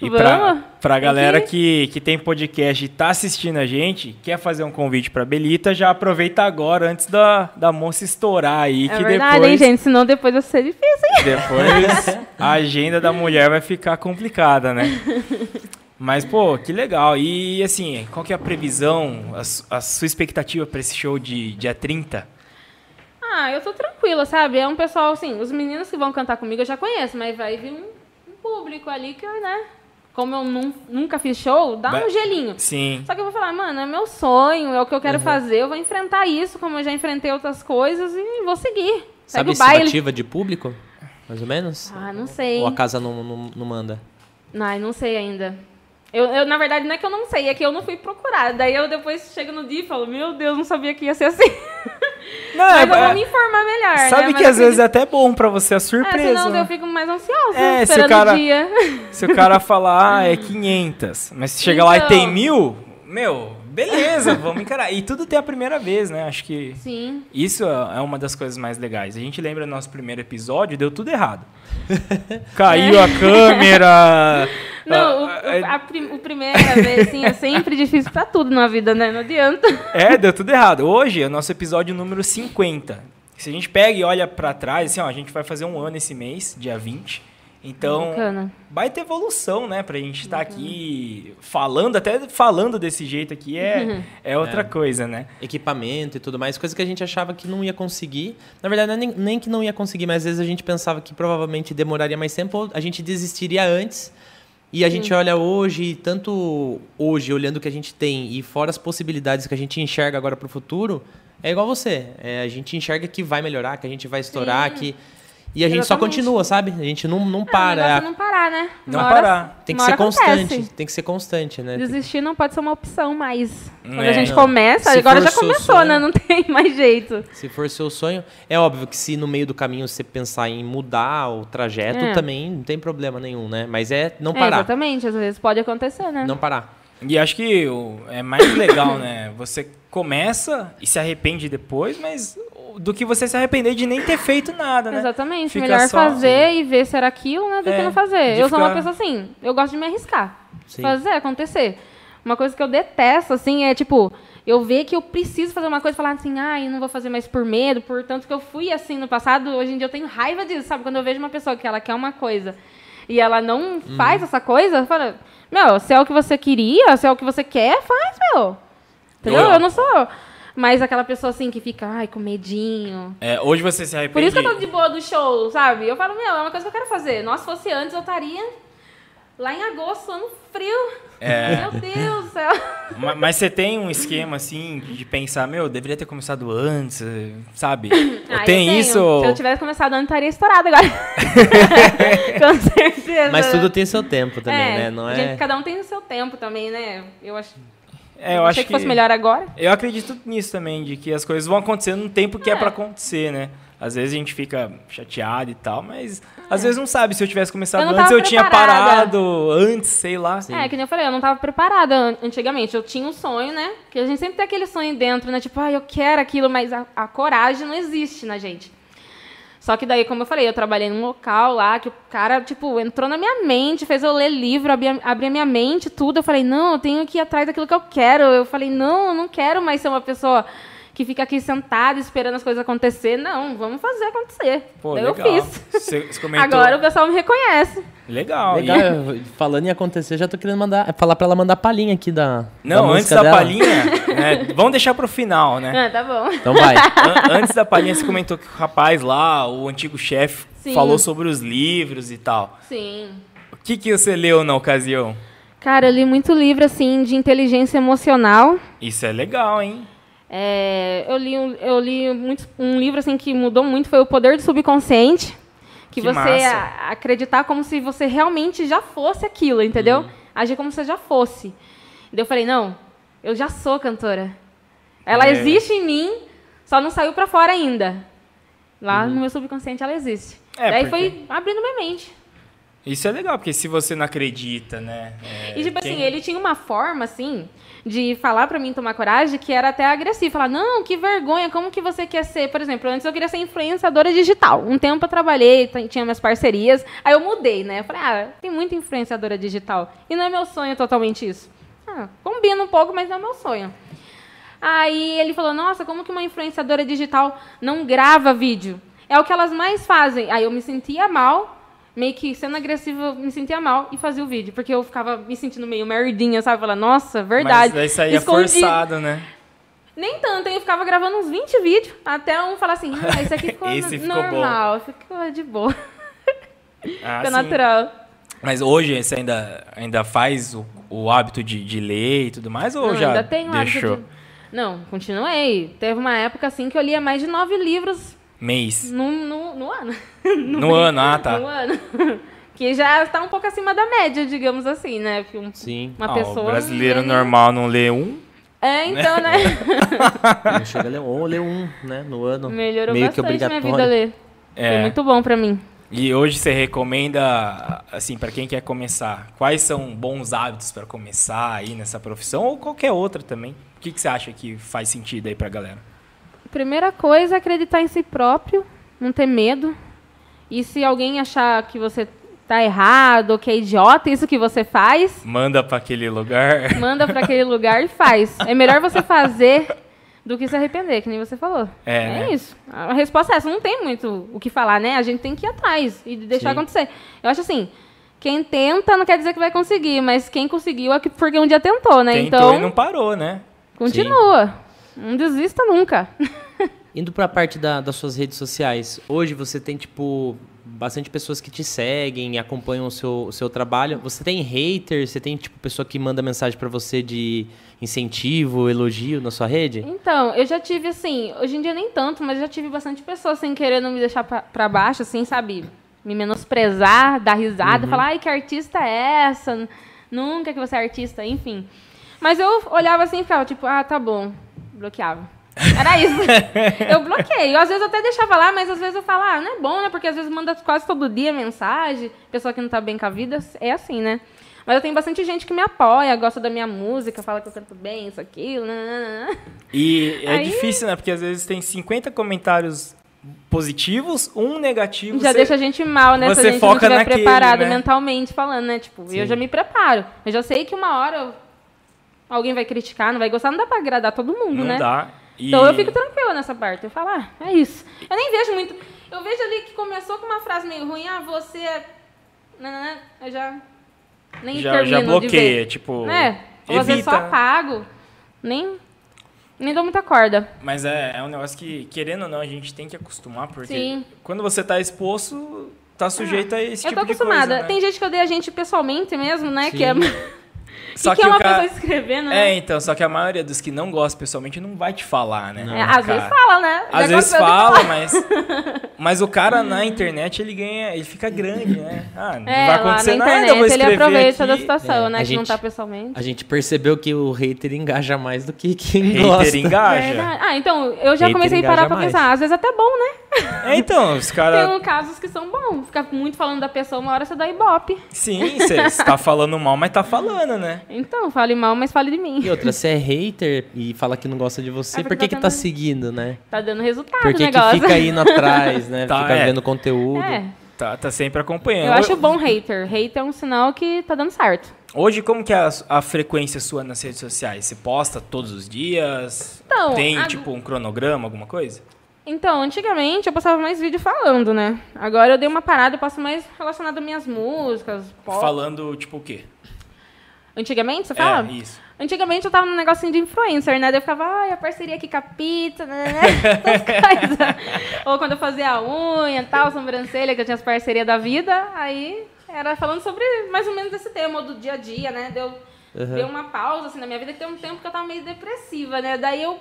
B: E pra,
C: Vamos?
B: pra galera que, que tem podcast e tá assistindo a gente, quer fazer um convite pra Belita, já aproveita agora, antes da, da moça estourar aí,
C: é
B: que
C: verdade,
B: depois,
C: hein, gente? Senão depois vai ser difícil, hein?
B: depois a agenda da mulher vai ficar complicada, né? Mas, pô, que legal. E, assim, qual que é a previsão, a, su- a sua expectativa pra esse show de dia 30?
C: Ah, eu tô tranquila, sabe? É um pessoal, assim, os meninos que vão cantar comigo eu já conheço, mas vai vir um, um público ali que, eu, né? Como eu nun- nunca fiz show, dá
B: Vai-
C: um gelinho.
B: Sim.
C: Só que eu vou falar, mano, é meu sonho, é o que eu
B: Uhum.
C: quero fazer, eu vou enfrentar isso, como eu já enfrentei outras coisas, e vou seguir. Segue
A: Sabe
C: o
A: se
C: baile.
A: ativa de público? Mais ou menos?
C: Ah, não sei.
A: Ou a casa não, não, não manda?
C: Ai, não sei ainda. Eu, eu, na verdade, não é que eu não sei, é que eu não fui procurar. Daí eu depois chego no dia e falo, meu Deus, não sabia que ia ser assim.
B: Não, é-
C: Mas eu
B: é-
C: vou me informar melhor, né?
B: sabe
C: Mas
B: que
C: eu
B: às vezes é
C: acredito-
B: até bom pra você a surpresa.
C: É, senão
B: né?
C: eu fico mais ansiosa,
B: É, se o
C: esperando o,
B: cara-
C: dia.
B: Se o cara falar, ah, é 500, mas se chega lá e
C: Então.
B: tem mil, meu, beleza, vamos encarar. E tudo tem a primeira vez, né? Acho que
C: Sim.
B: isso é uma das coisas mais legais. A gente lembra do nosso primeiro episódio, deu tudo errado. Caiu a câmera.
C: Não, o,
B: Ah,
C: o- a prim- o primeira vez, assim, é sempre difícil pra tudo na vida, né? Não adianta.
B: É, deu tudo errado. Hoje é o nosso episódio número 50. Se a gente pega e olha pra trás, assim, ó, a gente vai fazer um ano esse mês, dia 20. Então,
C: Bacana.
B: vai ter evolução, né? Pra gente
C: Uhum.
B: estar aqui falando, até falando desse jeito aqui é,
C: Uhum.
B: é outra coisa, né?
A: Equipamento e tudo mais, coisa que a gente achava que não ia conseguir. Na verdade, não é nem, nem que não ia conseguir, mas às vezes a gente pensava que provavelmente demoraria mais tempo, ou a gente desistiria antes. E a gente olha hoje, tanto hoje, olhando o que a gente tem e fora as possibilidades que a gente enxerga agora para o futuro, é igual você. É, a gente enxerga que vai melhorar, que a gente vai estourar, que. E a gente só
C: Exatamente.
A: continua, sabe? A gente não, não para.
C: Ah,
A: é
C: o negócio
A: a-
C: é não parar, né?
B: Não
C: Uma hora-
B: parar.
A: Tem que
C: uma
A: ser
C: hora acontece.
A: constante. Tem que ser constante, né? Tem-
C: Desistir não pode ser uma opção mais. Quando
B: É,
C: a gente
A: não.
C: começa,
A: Se
C: agora
A: for
C: já
A: seu
C: começou,
A: sonho-
C: né? Não tem mais jeito.
A: Se for seu sonho, é óbvio que se no meio do caminho você pensar em mudar o trajeto,
C: É.
A: também não tem problema nenhum, né? Mas é não
C: É,
A: parar.
C: exatamente, às vezes pode acontecer, né?
A: não parar.
B: E acho que o- é mais legal, né? Você começa e se arrepende depois, mas do que você se arrepender de nem ter feito nada, né?
C: Exatamente,
B: Fica
C: melhor
B: só-
C: fazer e ver se era aquilo, né, do
B: É,
C: que não fazer.
B: de
C: Eu sou uma
B: ficar-
C: pessoa assim, eu gosto de me arriscar.
A: Sim.
C: Fazer acontecer. Uma coisa que eu detesto, assim, é tipo, eu ver que eu preciso fazer uma coisa e falar assim, ai, não vou fazer mais por medo, por tanto que eu fui assim no passado, hoje em dia eu tenho raiva disso, sabe? Quando eu vejo uma pessoa que ela quer uma coisa e ela não
B: Uhum.
C: faz essa coisa, eu falo, meu, se é o que você queria, se é o que você quer, faz, meu. Entendeu?
B: Eu-
C: Eu não sou mais aquela pessoa assim que fica, ai, com medinho.
B: É, hoje você se
C: Por
B: arrepende.
C: isso que eu tô de boa do show, sabe? Eu falo, meu, é uma coisa que eu quero fazer. Nossa, se fosse antes, eu estaria lá em agosto, ano frio.
A: É.
C: Meu Deus do céu.
B: Ma- Mas você tem um esquema assim de pensar, meu, eu deveria ter começado antes, eh, sabe?
C: Ah, eu
B: tem
C: tenho.
B: isso?
C: Se eu tivesse começado antes, eu estaria estourado agora. Com certeza.
A: Mas tudo tem seu tempo também, né? Não
C: gente,
A: é.
C: Cada um tem o seu tempo também, né? Eu acho,
B: É, eu acho
C: achei que, fosse melhor agora.
B: Eu acredito nisso também, de que as coisas vão acontecendo no tempo que é, pra acontecer, né? Às vezes a gente fica chateado e tal, mas às vezes não sabe se eu tivesse começado
C: É. Eu não
B: antes,
C: tava
B: eu tinha
C: preparada.
B: parado antes, sei lá.
C: É, que nem eu falei, eu não tava preparada an- antigamente. Eu tinha um sonho, né? Que a gente sempre tem aquele sonho dentro, né? Tipo, ah, eu quero aquilo, mas a, a coragem não existe na gente. Só que daí, como eu falei, eu trabalhei num local lá que o cara, tipo, entrou na minha mente, fez eu ler livro, abrir, abrir a minha mente, tudo. Eu falei, não, eu tenho que ir atrás daquilo que eu quero. Eu falei, não, eu não quero mais ser uma pessoa que fica aqui sentada esperando as coisas acontecer. Não, vamos fazer acontecer.
B: Pô,
C: Daí
B: legal.
C: eu fiz.
B: Você, você comentou.
C: Agora o pessoal me reconhece.
B: Legal. e-
A: Legal, eu- falando em acontecer, já tô querendo mandar, falar pra ela mandar palhinha aqui da.
B: Não, antes
A: música
B: da
A: dela.
B: palhinha, né, vamos deixar pro final, né?
C: Ah, tá bom.
A: Então vai.
B: An- antes da palhinha, você comentou que o rapaz lá, o antigo chefe,
C: Sim.
B: falou sobre os livros e tal.
C: Sim.
B: O que, que você leu na ocasião?
C: Cara, eu li muito livro, assim, de inteligência emocional.
B: Isso é legal, hein?
C: É, eu li, um- eu li muito- um livro assim que mudou muito, foi O Poder do Subconsciente.
B: Que
C: Que, você
B: massa.
C: a- acreditar como se você realmente já fosse aquilo, entendeu?
B: Uhum.
C: Agir como se você já fosse. Daí eu falei, não, eu já sou cantora. Ela
B: É.
C: existe em mim, só não saiu pra fora ainda. Lá no meu subconsciente ela existe.
B: Uhum. É,
C: Daí
B: porque-
C: foi abrindo minha mente.
B: Isso é legal, porque se você não acredita, né? é,
C: E, tipo assim,
B: quem-
C: ele tinha uma forma, assim, de falar pra mim tomar coragem que era até agressivo. Falar, não, que vergonha, como que você quer ser? Por exemplo, antes eu queria ser influenciadora digital. Um tempo eu trabalhei, t- tinha minhas parcerias. Aí eu mudei, né? Eu falei, ah, tem muita influenciadora digital. E não é meu sonho totalmente isso. Ah, combina um pouco, mas não é meu sonho. Aí ele falou: Nossa, como que uma influenciadora digital não grava vídeo? É o que elas mais fazem. Aí eu me sentia mal, meio que sendo agressiva, eu me sentia mal e fazia o vídeo, porque eu ficava me sentindo meio merdinha, sabe? Falar, nossa,
B: Mas
C: verdade.
B: daí saía
C: Escondi-
B: forçado, né?
C: Nem tanto, hein? eu ficava gravando uns 20 vídeos, até um falar assim: Ah, isso aqui ficou,
B: Esse ficou
C: normal, ficou de boa,
B: Ah,
C: ficou
B: sim.
C: natural.
B: Mas hoje você ainda, ainda faz o, o hábito de, de ler e tudo mais? Ou
C: Não,
B: já
C: ainda tenho hábito
B: deixou?
C: de- Não, continuei. Teve uma época assim que eu lia mais de nove livros
B: Mês?
C: no, no, no ano.
B: No, ano, ah, tá.
C: no Um ano. Que já está um pouco acima da média, digamos assim, né? Porque um-
A: Sim,
C: Uma
B: Ah,
C: pessoa.
B: o
C: não
B: brasileiro
C: lê nem-
B: normal não lê um?
C: É, então, né?
A: não chega a ler um, ou ler um, né? No ano.
C: Melhorou
A: meio que
C: bastante minha
A: obrigatório.
C: vida ler. Foi
B: É.
C: muito bom pra mim.
B: E hoje você recomenda, assim, para quem quer começar, quais são bons hábitos para começar aí nessa profissão ou qualquer outra também? O que, que você acha que faz sentido aí pra galera?
C: Primeira coisa é acreditar em si próprio, não ter medo. E se alguém achar que você tá errado, ou que é idiota isso que você faz,
B: Manda pra aquele lugar.
C: manda pra aquele lugar e faz. É melhor você fazer do que se arrepender, que nem você falou.
B: É,
C: É
B: né?
C: isso. A resposta é essa. Não tem muito o que falar, né? A gente tem que ir atrás e deixar
A: Sim.
C: acontecer. Eu acho assim, quem tenta não quer dizer que vai conseguir, mas quem conseguiu é que- porque um dia tentou, né?
B: Tentou
C: então,
B: e não parou, né?
C: continua. Não desista nunca.
A: Indo pra parte da- das suas redes sociais, hoje você tem, tipo, bastante pessoas que te seguem e acompanham o seu, o seu trabalho. Você tem haters? Você tem, tipo, pessoa que manda mensagem pra você de incentivo, elogio na sua rede?
C: Então, eu já tive, assim, hoje em dia nem tanto, mas já tive bastante pessoas, assim, querendo me deixar pra, pra baixo, assim, sabe? Me menosprezar, dar risada, falar, ai, que artista é essa? N- Nunca que você é artista, enfim. Mas eu olhava assim e ficava, tipo, ah, tá bom, bloqueava. Era isso. eu bloqueei. Às vezes eu até deixava lá, mas às vezes eu falo, ah, não é bom, né? Porque às vezes manda quase todo dia mensagem, pessoa que não tá bem com a vida, é assim, né? Mas eu tenho bastante gente que me apoia, gosta da minha música, fala que eu canto bem, isso, aquilo, nananana.
B: E é
C: Aí-
B: difícil, né? Porque às vezes tem 50 comentários positivos, um negativo.
C: Já
B: você-
C: deixa a gente mal, né?
B: você
C: se a gente
B: foca
C: não estiver
B: naquele,
C: preparado
B: né?
C: mentalmente falando, né? Tipo, eu já me preparo. Eu já sei que uma hora eu- alguém vai criticar, não vai gostar, não dá pra agradar todo mundo,
B: Não
C: né?
B: dá. E-
C: Então eu fico tranquila nessa parte. Eu falo, ah, é isso. Eu nem vejo muito. Eu vejo ali que começou com uma frase meio ruim, ah, você é. nananã, Eu já. Nem
B: já,
C: termino
B: já
C: de
B: bloqueia,
C: ver.
B: tipo.
C: Né? Ou às vezes
B: evita.
C: só apago. Nem. Nem dou muita corda.
B: Mas é, é um negócio que, querendo ou não, a gente tem que acostumar, porque
C: Sim.
B: quando você tá exposto, tá sujeito a esse
C: eu
B: tipo
C: tô
B: de
C: acostumada.
B: coisa. né?
C: Tem gente que odeia a gente pessoalmente mesmo, né? Que é.
A: Sim.
B: Só
C: que, que é
B: o
C: uma
B: cara-
C: pessoa escrevendo, né?
B: É, então, só que a maioria dos que não gosta pessoalmente não vai te falar, né?
C: É, às
B: cara?
C: vezes fala, né? Já
B: Às vezes
C: aconteceu de
B: fala, mas. Mas o cara na internet ele ganha, ele fica grande, né? Ah, não vai
C: É, lá
B: acontecer
C: na
B: nada, eu vou
C: internet ele
B: escrever
C: aproveita
B: aqui.
C: da situação,
A: É,
C: né?
A: a
C: Que não
A: gente-
C: tá pessoalmente.
A: A gente percebeu que o hater engaja mais do que quem
B: Hater
A: gosta.
B: engaja.
C: Verdade. Ah, então, eu já
A: Hater
C: comecei a parar
A: engaja
C: pra
A: mais.
C: pensar. Às vezes até é bom, né?
B: É, então, os caras.
C: Tem um- casos que são bons. Fica muito falando da pessoa, uma hora você dá ibope.
B: Sim, você está falando mal, mas tá falando, né?
C: Então, fale mal, mas fale de mim.
A: E outra, você é hater e fala que não gosta de você,
C: É
A: por
C: porque
A: que,
C: tá
A: que tá
C: dando-
A: seguindo, né?
C: Tá dando resultado
A: Por
C: o
A: que, que
C: negócio.
A: fica indo atrás, né?
B: Tá,
A: fica
B: é.
A: vendo conteúdo.
C: É,
B: Tá, tá sempre acompanhando.
C: eu acho bom hater. Hater é um sinal que tá dando certo.
B: Hoje, como que é a, a frequência sua nas redes sociais? Você posta todos os dias?
C: Então,
B: Tem,
C: a-
B: tipo, um cronograma, alguma coisa?
C: Então, antigamente eu postava mais vídeo falando, né? Agora eu dei uma parada, eu posto mais relacionado às minhas músicas. pop.
B: Falando, tipo, o quê?
C: Antigamente, você fala?
B: É, isso.
C: Antigamente eu tava num negocinho de influencer, né? Daí eu ficava, ai, a parceria aqui com a pizza, né? Essas coisas. Ou quando eu fazia a unha, tal, sobrancelha, que eu tinha as parcerias da vida, aí era falando sobre mais ou menos esse tema, ou do dia a dia, né? Deu, deu uma pausa, assim, na minha vida, que tem um tempo que eu tava meio depressiva, né? Daí eu,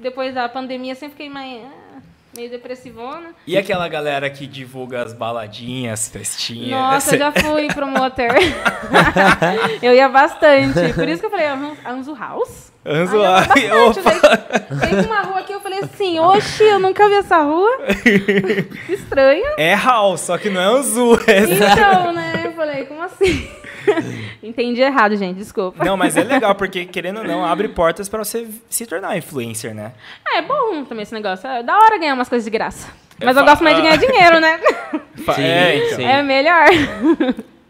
C: depois da pandemia, sempre fiquei mais, ah, meio depressivona.
B: E aquela galera que divulga as baladinhas, festinhas?
C: Nossa, eu já fui promoter. eu ia bastante. Por isso que eu falei, "Anzu- Anzu House?
B: Anzo,
C: Aí eu ia
B: ai,
C: bastante, daí Teve uma rua aqui, eu falei assim, oxi, eu nunca vi essa rua. Estranha.
B: É Hal, só que não é Anzu. É...
C: Então, né? Eu falei, como assim? Entendi errado, gente, desculpa.
B: Não, mas é legal, porque querendo ou não, abre portas pra você se tornar influencer, né?
C: Ah, é bom também esse negócio. É da hora ganhar umas coisas de graça. Mas eu
B: É fa-
C: gosto mais de ganhar dinheiro, né?
B: Fa-
A: Sim,
B: é, então.
A: sim.
C: É melhor.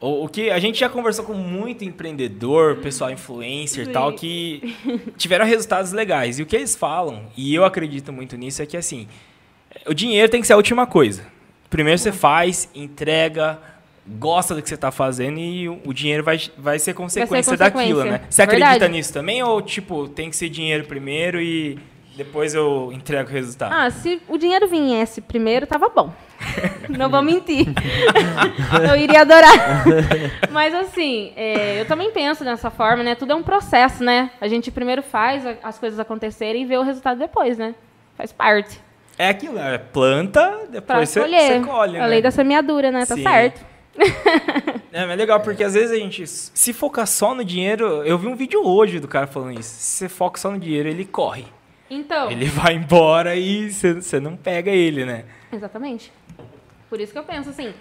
B: O, o que a gente já conversou com muito empreendedor, pessoal influencer e
C: Sim.
B: tal, que tiveram resultados legais. E o que eles falam, e eu acredito muito nisso, é que assim, o dinheiro tem que ser a última coisa. Primeiro você faz, entrega, gosta do que você está fazendo e o, o dinheiro vai, vai ser consequência daquilo, né?
C: consequência.
B: Você acredita
C: Verdade.
B: nisso também ou, tipo, tem que ser dinheiro primeiro e depois eu entrego o resultado?
C: Ah, se o dinheiro viesse primeiro, tava bom. Não vou mentir. eu iria adorar. Mas assim, é, eu também penso dessa forma, né? Tudo é um processo, né? A gente primeiro faz a- as coisas acontecerem e vê o resultado depois, né? Faz parte.
B: É aquilo, é planta,
C: Pra
B: depois você, você
C: escolher.
B: colhe.
C: a lei
B: né?
C: da semeadura, né? Tá
B: Sim.
C: certo.
B: É, mas é legal, porque às vezes a gente se focar só no dinheiro. Eu vi um vídeo hoje do cara falando isso. Se você foca só no dinheiro, ele corre.
C: Então,
B: Ele vai embora e você- você não pega ele, né?
C: Exatamente. Por isso que eu penso assim.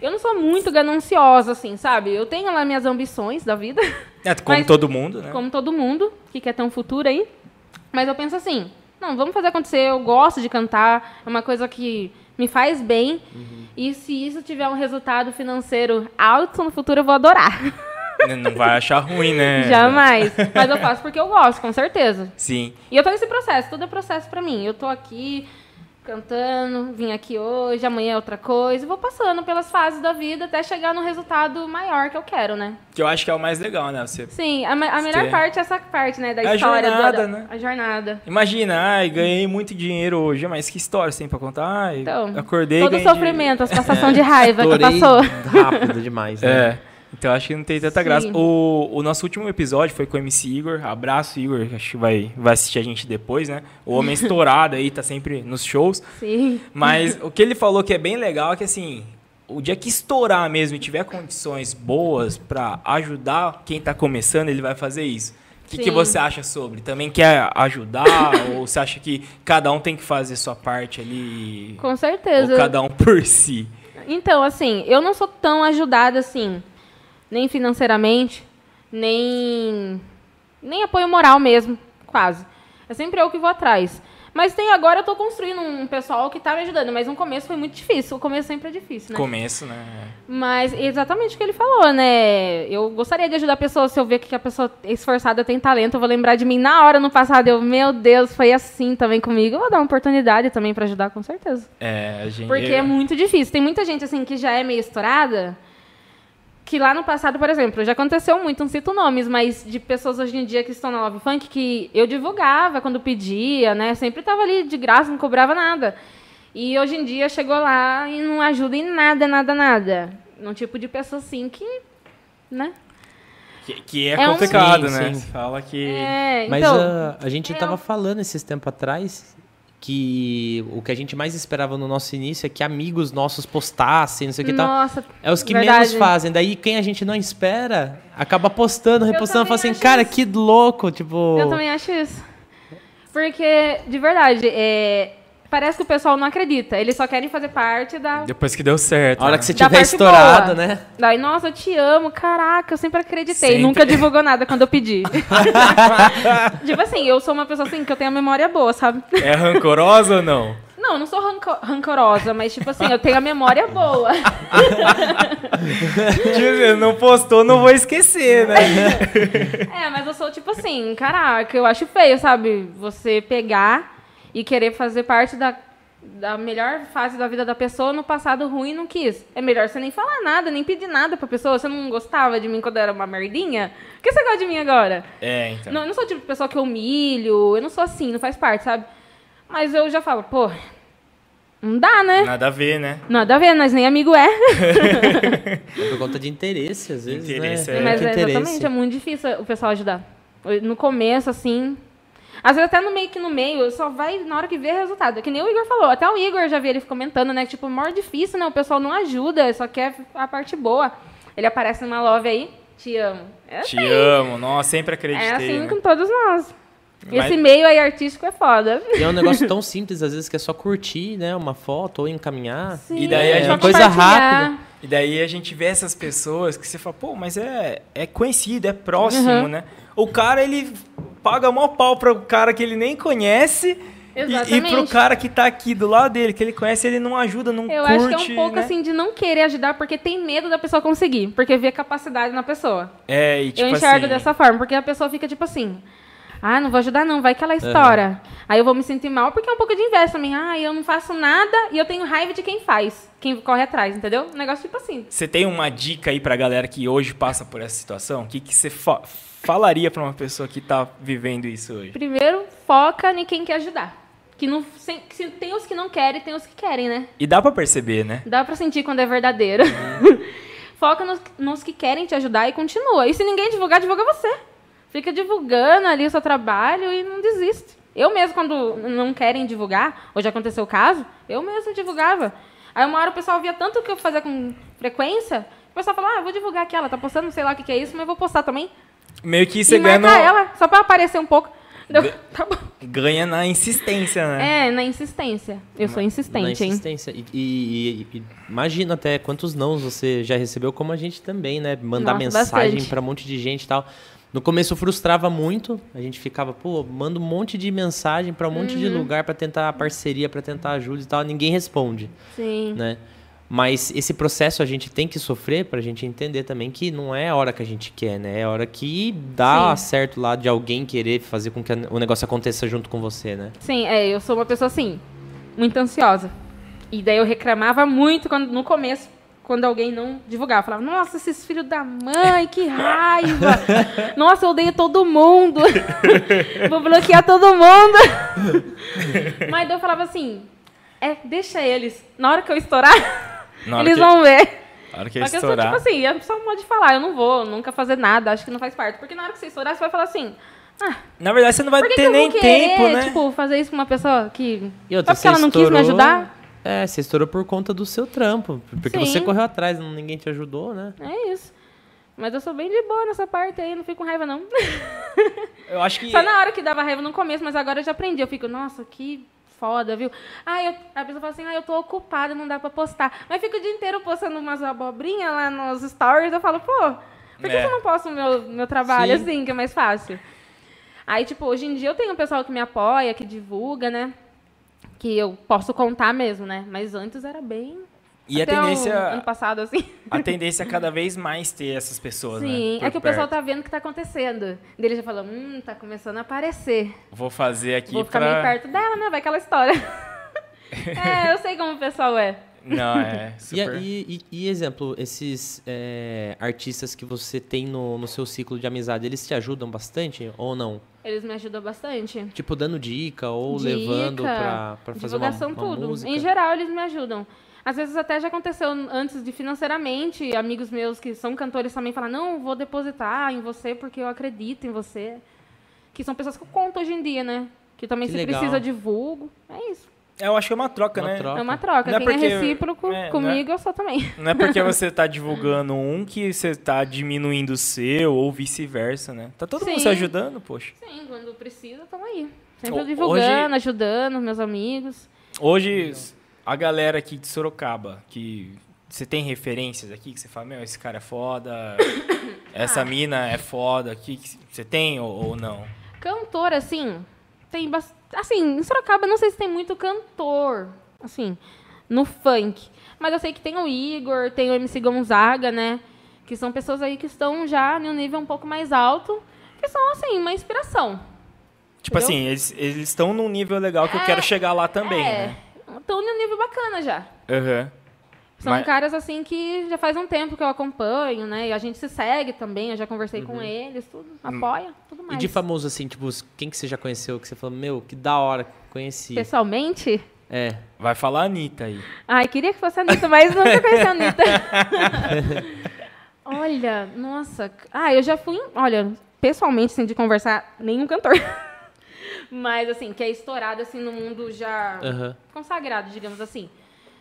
C: Eu não sou muito gananciosa, assim, sabe? Eu tenho lá minhas ambições da vida.
B: É, como
C: Mas-
B: todo mundo, né?
C: Como todo mundo que quer ter um futuro aí. Mas eu penso assim, não, vamos fazer acontecer. Eu gosto de cantar, é uma coisa que me faz bem.
B: Uhum.
C: E se isso tiver um resultado financeiro alto no futuro, eu vou adorar.
B: N- Não vai achar ruim, né?
C: Jamais. Mas eu faço porque eu gosto, com certeza.
B: Sim.
C: E eu tô nesse processo, tudo é processo pra mim. Eu tô aqui cantando, vim aqui hoje, amanhã é outra coisa. e Vou passando pelas fases da vida até chegar no resultado maior que eu quero, né?
B: Que eu acho que é o mais legal, né? Você
C: Sim, a, me- a melhor
B: Sim.
C: parte é essa parte, né? Da
B: É a
C: história. do-
B: jornada,
C: da-
B: né?
C: A jornada.
B: imagina, ai, ganhei muito dinheiro hoje, mas que história você tem pra contar? Ai,
C: Então,
B: acordei.
C: todo o
B: ganhei
C: sofrimento, as passação de raiva é que
A: Estourei
C: passou.
A: rápido demais, né?
B: É. Então acho que não tem tanta
C: Sim.
B: graça. O, o nosso último episódio foi com o MC Igor. Abraço, Igor. Acho que vai, vai assistir a gente depois, né? O homem estourado aí, tá sempre nos shows.
C: Sim.
B: Mas o que ele falou que é bem legal é que assim. O dia que estourar mesmo e tiver condições boas pra ajudar quem tá começando, ele vai fazer isso. O que, que
C: Sim.
B: você acha sobre? Também quer ajudar? ou você acha que cada um tem que fazer sua parte ali?
C: Com
B: Ou
C: certeza.
B: cada um por si?
C: Então, assim, eu não sou tão ajudada assim, nem financeiramente, nem nem apoio moral mesmo, quase. É sempre eu que vou atrás. Mas tem agora eu tô construindo um pessoal que tá me ajudando, mas no começo foi muito difícil. O começo sempre é difícil, né?
B: Começo, né?
C: Mas é exatamente o que ele falou, né? Eu gostaria de ajudar a pessoa, se eu ver que a pessoa é esforçada tem talento, eu vou lembrar de mim na hora no passado, eu, meu Deus, foi assim também comigo. Eu vou dar uma oportunidade também pra ajudar com certeza.
B: É, a gente.
C: Porque é muito difícil. Tem muita gente, assim, que já é meio estourada, que lá no passado, por exemplo, já aconteceu muito, não cito nomes, mas de pessoas hoje em dia que estão na Love Funk, que eu divulgava quando pedia, né? Sempre tava ali de graça, não cobrava nada. E hoje em dia chegou lá e não ajuda em nada, nada, nada. Um tipo de pessoa assim que, né?
B: Que, que é,
C: É um-
B: complicado,
A: Sim,
B: né?
A: sim.
B: Você fala que.
C: É,
A: Mas
C: então,
A: ah, a, gente
C: é
A: estava
C: um-
A: falando esses tempos atrás que o que a gente mais esperava no nosso início é que amigos nossos postassem, não sei o que e tal.
C: nossa,
A: É os que menos
C: verdade.
A: fazem. Daí quem a gente não espera acaba postando, repostando, fala
C: também
A: assim,
C: acho
A: cara,
C: isso.
A: que louco, tipo.
C: Eu também acho isso. Porque, de verdade, é, parece que o pessoal não acredita. Eles só querem fazer parte da.
B: Depois que deu certo.
A: A hora
B: né?
A: que você
C: da
A: tiver
C: parte
A: estourado,
C: boa.
A: né?
C: Daí, nossa, eu te amo, caraca, eu sempre acreditei.
B: Sempre.
C: Nunca divulgou nada quando eu pedi. tipo assim, eu sou uma pessoa assim que eu tenho a memória boa, sabe?
B: É rancorosa ou não?
C: Não, eu não sou ranco- rancorosa, mas tipo assim, eu tenho a memória boa.
B: Quer dizer, não postou, não vou esquecer, né?
C: É, mas eu sou tipo assim, caraca, eu acho feio, sabe? Você pegar e querer fazer parte da, da melhor fase da vida da pessoa no passado ruim e não quis. É melhor você nem falar nada, nem pedir nada pra pessoa. Você não gostava de mim quando eu era uma merdinha? Por que você gosta de mim agora?
B: É, então.
C: Não, eu não sou o tipo de pessoa que eu humilho, eu não sou assim, não faz parte, sabe? Mas eu já falo, pô, não dá, né?
B: Nada a ver, né?
C: Nada a ver, nós nem amigo é.
A: É Por conta de interesse, às vezes.
B: Interesse,
A: né?
B: é.
C: Mas
A: Muito
C: é, exatamente,
A: interesse.
C: é muito difícil o pessoal ajudar. No começo, assim. Às vezes até no meio que no meio, só vai na hora que vê resultado. É Que nem o Igor falou, até o Igor eu já vi ele comentando, né? que, Tipo, maior difícil, né? O pessoal não ajuda, só quer a parte boa. Ele aparece numa love aí, te amo. É,
B: Te amo, nossa, sempre acreditei.
C: é assim
B: né?
C: com todos nós. E
B: Mas-
C: Esse meio aí artístico é foda.
A: E é um negócio tão simples, às vezes, que é só curtir, né? Uma foto ou encaminhar.
B: E daí a
C: Sim,
B: gente-
C: só
A: é coisa
C: compartilhar.
A: rápida.
B: E daí a gente vê essas pessoas que você fala, pô, mas é, é conhecido, é próximo,
C: Uhum.
B: né? O cara, ele paga mó pau para o cara que ele nem conhece e, e
C: Exatamente.
B: pro cara que tá aqui do lado dele, que ele conhece, ele não ajuda, não
C: Eu
B: curte,
C: acho que é um pouco
B: né?
C: assim de não querer ajudar porque tem medo da pessoa conseguir, porque vê capacidade na pessoa.
B: É, e tipo
C: eu enxergo
B: assim,
C: dessa forma, porque a pessoa fica tipo assim. Ah, não vou ajudar não, vai que ela estoura. Aí eu vou me sentir mal, porque é um pouco de inveja também. Ah, eu não faço nada e eu tenho raiva de quem faz, quem corre atrás, entendeu? Um negócio tipo assim.
B: Você tem uma dica aí pra galera que hoje passa por essa situação? O que, que você fa- falaria pra uma pessoa que tá vivendo isso hoje?
C: Primeiro, foca em quem quer ajudar. Que não, sem- que se- tem os que não querem, tem os que querem, né?
B: E dá pra perceber, né?
C: Dá pra sentir quando é verdadeiro. Foca nos, nos que querem te ajudar e continua. E se ninguém divulgar, divulga você. Fica divulgando ali o seu trabalho e não desiste. Eu mesmo, quando não querem divulgar, ou já aconteceu o caso, eu mesmo divulgava. Aí uma hora o pessoal via tanto o que eu fazia com frequência, o pessoal falava, ah, eu vou divulgar aqui, ela tá postando, sei lá o que, que é isso, mas eu vou postar também.
B: Meio que você
C: e
B: ganha,
C: marcar
B: no-
C: ela, só pra aparecer um pouco. Eu, tá bom.
B: ganha na insistência, né?
C: É, na insistência. Eu sou
A: Na
C: insistente, hein?
A: insistência. E, e- e- e imagina até quantos nãos você já recebeu, como a gente também, né? Mandar
C: Nossa,
A: mensagem
C: bastante.
A: pra um monte de gente e tal. No começo frustrava muito, a gente ficava, pô, manda um monte de mensagem pra um monte
C: Uhum.
A: de lugar pra tentar parceria, pra tentar ajuda e tal, ninguém responde,
C: Sim.
A: né? Mas esse processo a gente tem que sofrer pra gente entender também que não é a hora que a gente quer, né? É a hora que dá certo lá de alguém querer fazer com que a- o negócio aconteça junto com você, né?
C: Sim, é, eu sou uma pessoa assim, muito ansiosa. E daí eu reclamava muito quando, no começo, quando alguém não divulgava. Eu Falava, nossa, esses filhos da mãe, que raiva! Nossa, eu odeio todo mundo! Vou bloquear todo mundo! Mas daí eu falava assim, é, deixa eles. Na hora que eu estourar,
B: Na hora
C: É, eles
B: que-
C: vão ver.
B: A hora que
C: Só que eu sou tipo assim, a pessoa pode falar, eu não vou nunca fazer nada, acho que não faz parte. Porque na hora que você estourar, você vai falar assim, ah,
B: Na verdade, você não vai
C: por que,
B: ter
C: que eu
B: nem
C: vou querer,
B: tempo, né?
C: tipo, fazer isso com uma pessoa que...
A: E outra,
C: Só porque ela
A: você
C: não quis me
A: estourou-
C: ajudar?
A: É, você estourou por conta do seu trampo. Porque
C: Sim.
A: você correu atrás, não- ninguém te ajudou, né?
C: É isso. Mas eu sou bem de boa nessa parte aí, não fico com raiva, não.
B: Eu acho que.
C: Só na hora que dava raiva no começo, mas agora eu já aprendi. Eu fico, nossa, que foda, viu? Ah, eu- a pessoa fala assim, ah, eu tô ocupada, não dá pra postar. Mas fica o dia inteiro postando umas abobrinhas lá nos stories, eu falo, pô, por que
B: É.
C: eu não posto o meu, meu trabalho
A: Sim.
C: assim, que é mais fácil? Aí, tipo, hoje em dia eu tenho um pessoal que me apoia, que divulga, né? Que eu posso contar mesmo, né? Mas antes era bem...
B: E a
C: até o
B: tendência,
C: ano passado, assim.
B: a tendência é cada vez mais ter essas pessoas, né?
C: Sim,
B: por
C: é que o pessoal
B: perto.
C: tá vendo o que tá acontecendo. Dele já falou, hum, tá começando a aparecer.
B: Vou fazer aqui
C: Vou ficar meio
B: pra.
C: perto dela, né? Vai aquela história. é, eu sei como o pessoal é.
B: Não, é.
A: E,
B: Super.
A: e, e- e, exemplo, esses é, artistas que você tem no, no seu ciclo de amizade, eles te ajudam bastante ou não?
C: Eles me ajudam bastante.
A: Tipo, dando dica ou
C: Dica,
A: levando pra, pra fazer uma,
C: Divulgação,
A: uma
C: tudo.
A: música?
C: Em geral, eles me ajudam. Às vezes até já aconteceu antes de financeiramente, amigos meus que são cantores também falam, não, vou depositar em você porque eu acredito em você. Que são pessoas que eu conto hoje em dia, né? Que também
A: Que
C: se
A: legal.
C: precisa, eu divulgo. É isso.
B: Eu acho que é uma troca,
A: Uma
B: né?
A: troca.
C: É uma troca.
B: Não é
C: Quem
B: porque-
C: é recíproco
B: é, não é-
C: comigo, eu sou também.
B: Não é porque você tá divulgando um que você tá diminuindo o seu ou vice-versa, né? Tá todo mundo
C: Sim.
B: se ajudando, poxa.
C: Sim, quando precisa, estamos aí. Sempre
A: Ho-
C: divulgando,
A: hoje-
C: ajudando meus amigos.
B: Hoje, a galera aqui de Sorocaba, que você tem referências aqui, que você fala, meu, esse cara é foda, essa
C: Ah.
B: mina é foda, aqui, que você tem ou, ou não?
C: Cantor, assim, tem bastante. Assim, em Sorocaba, não sei se tem muito cantor, assim, no funk. Mas eu sei que tem o Igor, tem o MC Gonzaga, né? Que são pessoas aí que estão já em um nível um pouco mais alto, que são, assim, uma inspiração.
B: Tipo
C: Entendeu?
B: assim, eles eles estão num nível legal que eu quero chegar lá também,
C: é,
B: né?
C: estão em um nível bacana já.
B: Aham.
C: São
B: Mas-
C: caras assim que já faz um tempo que eu acompanho, né? E a gente se segue também, eu já conversei com eles, tudo, apoia, tudo mais.
A: E de famoso, assim, tipo, quem que você já conheceu, que você falou, meu, que da hora, conheci.
C: Pessoalmente?
A: É.
B: Vai falar a Anitta aí.
C: Ai, queria que fosse a Anitta, mas nunca conheci é a Anitta. olha, nossa. Ah, eu já fui. em- Olha, pessoalmente, assim, de conversar, nenhum cantor. mas, assim, que é estourado, assim, no mundo já
A: Aham.
C: consagrado, digamos assim.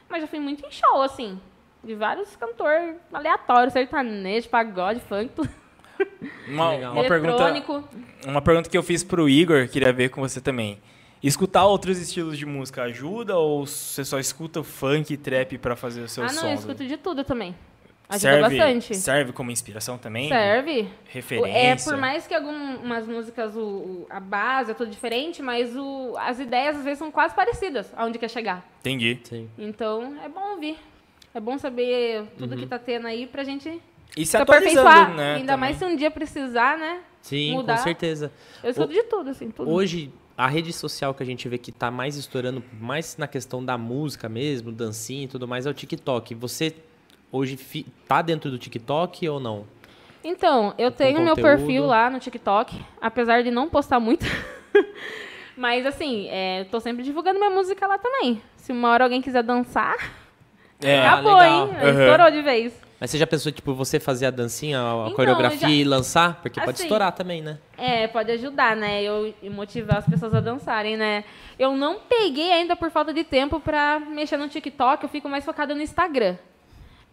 C: Mas já fui muito em show, assim. De vários cantores aleatórios, sertanejo, pagode, funk, tudo.
B: Uma,
A: Legal.
B: uma pergunta,
C: eletrônico.
B: uma pergunta que eu fiz pro Igor, queria ver com você também. Escutar outros estilos de música ajuda ou você só escuta funk e trap pra fazer os
C: Ah,
B: seus
C: não, eu
B: sons?
C: escuto de tudo também. Ajuda
B: né? serve,
C: bastante.
B: serve como inspiração também?
C: Serve. O-
B: Referência.
C: É, por mais que algumas músicas, o, o- a base é tudo diferente, mas o, as ideias às vezes são quase parecidas aonde quer chegar.
B: Entendi.
A: Sim.
C: Então é bom ouvir. É bom saber tudo que tá tendo aí pra gente
B: E Uhum. se
C: se
B: atualizando,
C: aperfeiçoar.
B: né?
C: Ainda mais se um dia precisar, né?
A: Sim,
C: Mudar.
A: com certeza.
C: Eu escuto de tudo, assim, tudo.
A: Hoje, a rede social que a gente vê que tá mais estourando, mais na questão da música mesmo, dancinha e tudo mais, é o TikTok. Você hoje fi- tá dentro do TikTok ou não?
C: Então, eu tenho meu
A: conteúdo.
C: perfil lá no TikTok, apesar de não postar muito. Mas assim, é, tô sempre divulgando minha música lá também. Se uma hora alguém quiser dançar,
B: É,
A: Ah,
C: acabou,
A: legal.
C: hein?
B: Aham.
C: Estourou de vez.
A: Mas você já pensou, tipo, você fazer a dancinha, a
C: Então,
A: coreografia
C: eu já-
A: e lançar? Porque pode
C: Assim.
A: estourar também, né?
C: É, pode ajudar, né? Eu e motivar as pessoas a dançarem, né? Eu não peguei ainda por falta de tempo pra mexer no TikTok, eu fico mais focada no Instagram.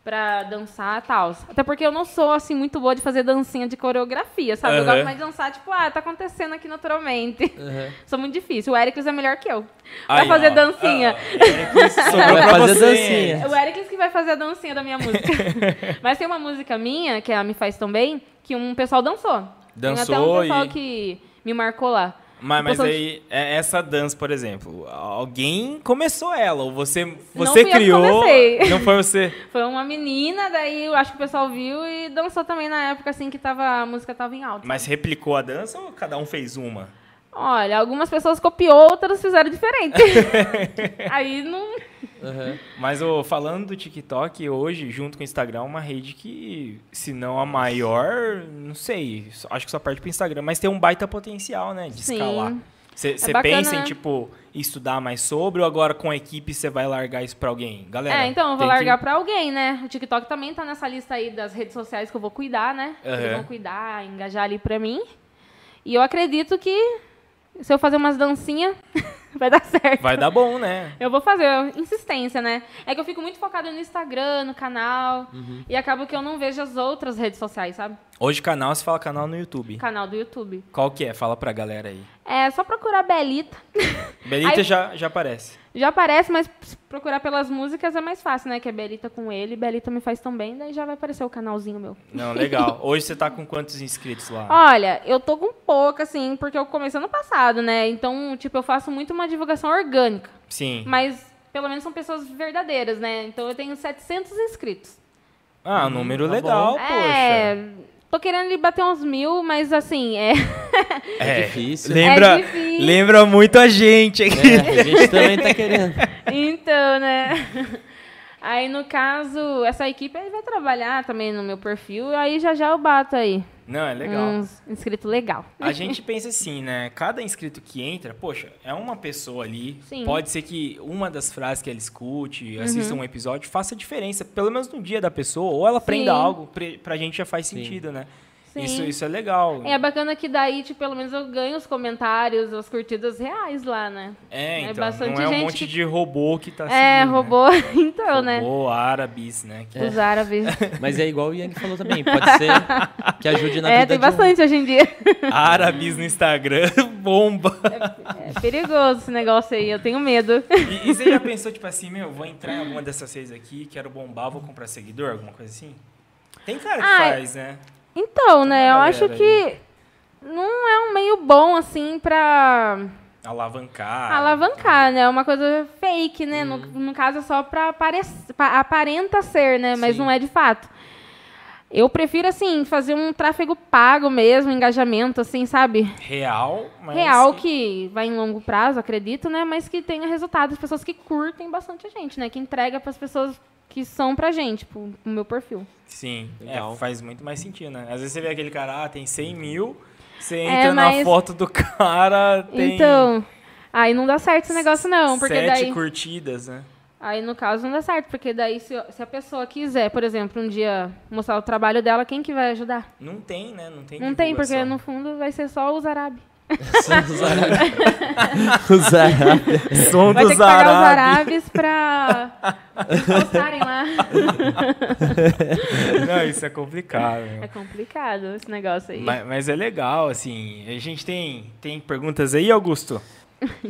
C: Pra dançar e tal. Até porque eu não sou, assim, muito boa de fazer dancinha de coreografia, sabe? Eu
B: Aham.
C: gosto mais de dançar, tipo, ah, tá acontecendo aqui naturalmente. Sou muito difícil. O Ericles é melhor que eu. Vai
B: Aí,
C: fazer
B: ó. Ah, é
C: dancinha. É
B: Sobrou
A: Vai
B: pra
A: fazer
B: você.
A: dancinha.
C: O Ericles que vai fazer a dancinha da minha música. Mas tem uma música minha, que ela me faz tão bem, que um pessoal dançou. tem até
B: Dançou
C: um
B: e-
C: pessoal que me marcou lá.
B: Mas,
C: Um
B: mas
C: pessoal de-
B: aí, é- essa dança, por exemplo, alguém começou ela, ou você,
C: Não
B: você
C: fui eu que
B: criou.
C: comecei.
B: não foi você.
C: Foi uma menina, daí eu acho que o pessoal viu e dançou também na época, assim, que tava, a música tava em alta.
B: Mas replicou a dança ou cada um fez uma?
C: Olha, algumas pessoas copiou, outras fizeram diferente. Aí não...
B: Mas ô, falando do TikTok, hoje, junto com o Instagram, é uma rede que, se não a maior, não sei, só- acho que só perde pro Instagram, mas tem um baita potencial, né, de
C: Sim.
B: escalar. Você
C: bacana,
B: pensa em,
C: né?
B: tipo, estudar mais sobre ou agora com a equipe você vai largar isso pra alguém? Galera,
C: É, então, eu vou
B: tem que-
C: largar pra alguém, né? O TikTok também tá nessa lista aí das redes sociais que eu vou cuidar, né? Que Eles
B: Aham.
C: vão cuidar, engajar ali pra mim. E eu acredito que se eu fazer umas dancinhas, vai dar certo.
B: Vai dar bom, né?
C: Eu vou fazer insistência, né? É que eu fico muito focada no Instagram, no canal.
B: Uhum.
C: E acabo que eu não vejo as outras redes sociais, sabe?
B: Hoje canal, você fala canal no YouTube.
C: Canal do YouTube.
B: Qual que é? Fala pra galera aí.
C: É só procurar Belita.
B: Belita
C: Aí-
B: já, já aparece.
C: Já aparece, mas se procurar pelas músicas é mais fácil, né? Que é Belita com ele, Belita me faz tão bem, daí já vai aparecer o canalzinho meu.
B: Não, legal. Hoje você tá com quantos inscritos lá?
C: Olha, eu tô com pouco, assim, porque eu comecei ano passado, né? Então, tipo, eu faço muito uma divulgação orgânica.
B: Sim.
C: Mas, pelo menos, são pessoas verdadeiras, né? Então, eu tenho 700 inscritos.
B: Ah, um número
A: tá
B: legal,
A: bom.
B: poxa.
C: É... Tô querendo ali bater uns mil, mas, assim, é...
A: É difícil.
B: Lembra,
C: É difícil.
B: lembra muito a gente aqui.
A: É, a gente também tá querendo.
C: então, né? Aí, no caso, essa equipe aí vai trabalhar também no meu perfil, aí já já eu bato aí.
B: Não, é legal.
C: Uns inscritos legal.
B: A gente pensa assim, né? Cada inscrito que entra, poxa, é uma pessoa ali.
C: Sim. Uhum.
B: Pode ser que uma das frases que ela escute, assista um episódio, faça diferença, pelo menos no dia da pessoa, ou ela aprenda
C: Sim.
B: algo, pre- pra gente já faz sentido, né?
C: Sim.
B: Isso, isso é legal.
C: É bacana que daí, tipo, pelo menos eu ganho os comentários, as curtidas reais lá, né?
B: É,
C: É
B: então,
C: bastante
B: não é um
C: gente
B: monte
C: que-
B: de robô que tá
C: é,
B: seguindo,
C: robô, então,
B: né?
C: né?
B: Robô, árabes, né? que-
C: Os árabes.
A: Mas é igual o Yang falou também, pode ser que ajude na vida
C: é, tem
A: de um.
C: bastante hoje em dia.
B: Árabes no Instagram, bomba.
C: É perigoso esse negócio aí, eu tenho medo.
B: E, e você já pensou, tipo assim, meu, vou entrar em alguma dessas redes aqui, quero bombar, vou comprar seguidor, alguma coisa assim? Tem cara que
C: Ah,
B: faz, né?
C: Então, né, eu
B: Galera
C: acho
B: aí.
C: que não é um meio bom, assim, pra
B: Alavancar.
C: alavancar, né? É uma coisa fake, né? No,
B: Uhum.
C: no caso, é só pra aparecer, aparenta ser, né? Mas
A: Sim.
C: não é de fato. Eu prefiro, assim, fazer um tráfego pago mesmo, engajamento, assim, sabe?
B: Real, mas.
C: Real que vai em longo prazo, acredito, né? Mas que tenha resultado. As pessoas que curtem bastante a gente, né? Que entrega pras pessoas que são pra gente, pro, pro meu perfil.
B: Sim, é,
A: Legal.
B: faz muito mais sentido, né? Às vezes você vê aquele cara, ah, tem 100 mil, você
C: É,
B: entra na
C: mas-
B: foto do cara, tem
C: Então, aí não dá certo esse negócio, não. Porque
B: sete
C: daí.
B: curtidas, né?
C: Aí, no caso, não dá certo, porque daí, se, se a pessoa quiser, por exemplo, um dia mostrar o trabalho dela, quem que vai ajudar?
B: Não tem, né? Não tem
C: Não tem, porque no
B: divulgação.
C: fundo vai ser só os árabes.
A: Os árabes. Os árabes.
B: Som
C: Vai ter
B: dos
C: que pagar os
B: árabes.
C: árabes pra postarem lá.
B: Não, isso é complicado. meu.
C: É complicado esse negócio aí.
B: Mas, mas é legal, assim. A gente tem, tem perguntas aí, Augusto?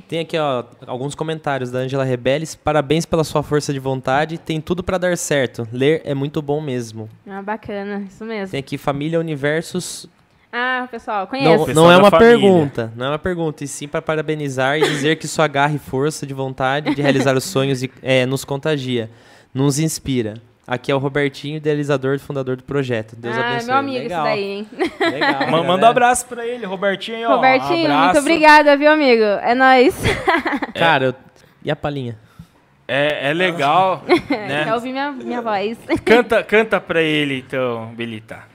A: Tem aqui ó, alguns comentários da Angela Rebeles. Parabéns pela sua força de vontade. Tem tudo pra dar certo. Ler é muito bom mesmo.
C: Ah, bacana, isso mesmo.
A: Tem aqui família universos.
C: Ah, pessoal,
A: Não,
C: conheço.
B: Pessoal
A: não é
B: da
A: uma
B: família.
A: pergunta. Não é uma pergunta. E sim pra parabenizar e dizer que sua garra e força de vontade de realizar os sonhos e, é, nos contagia, nos inspira. Aqui é o Robertinho, idealizador e fundador do projeto. Deus
C: ah,
A: abençoe.
C: meu amigo
A: Legal,
C: isso daí, hein?
A: Legal,
B: Ma- Manda
A: galera.
B: um abraço pra ele, Robertinho. aí, Ó,
C: Robertinho,
B: um abraço.
C: muito obrigada, viu, amigo? É nóis.
A: Cara, eu- e a palhinha?
B: É, é legal,
C: Quer
B: né?
C: ouvir minha, minha voz?
B: Canta, canta pra ele, então, Belita.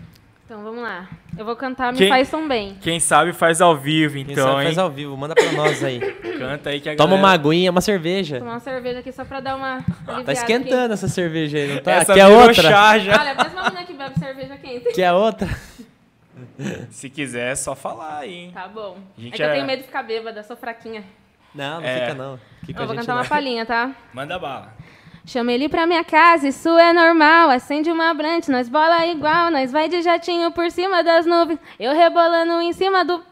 C: Então, vamos lá. Eu vou cantar Me
B: Quem-
C: Faz Tão Bem.
B: Quem sabe faz ao vivo,
A: Quem
B: então,
A: sabe
B: hein?
A: faz ao vivo, manda pra nós aí.
B: Canta aí que a
A: Toma uma
B: galera...
A: aguinha, uma cerveja.
C: Tomar uma cerveja aqui só pra dar uma. aliviada
A: Tá
C: aqui.
A: esquentando essa cerveja aí, não tá?
B: Essa
A: Quer
B: virou
A: outra?
B: chá já.
C: Olha, a mesma menina que bebe cerveja quente.
A: Quer outra?
B: Se quiser, é só falar aí, hein?
C: Tá bom.
B: Gente,
C: é que
B: é-
C: eu tenho medo de ficar bêbada, sou fraquinha. Então,
A: Não, não
B: É.
A: fica não. Fica com
C: eu
A: a gente
C: vou
A: né?
C: cantar uma
A: não.
C: palhinha, tá?
B: Manda bala.
C: Chama ele pra minha casa, isso é normal. Acende uma brante, nós bola igual. Nós vai de jatinho por cima das nuvens. Eu rebolando em cima do.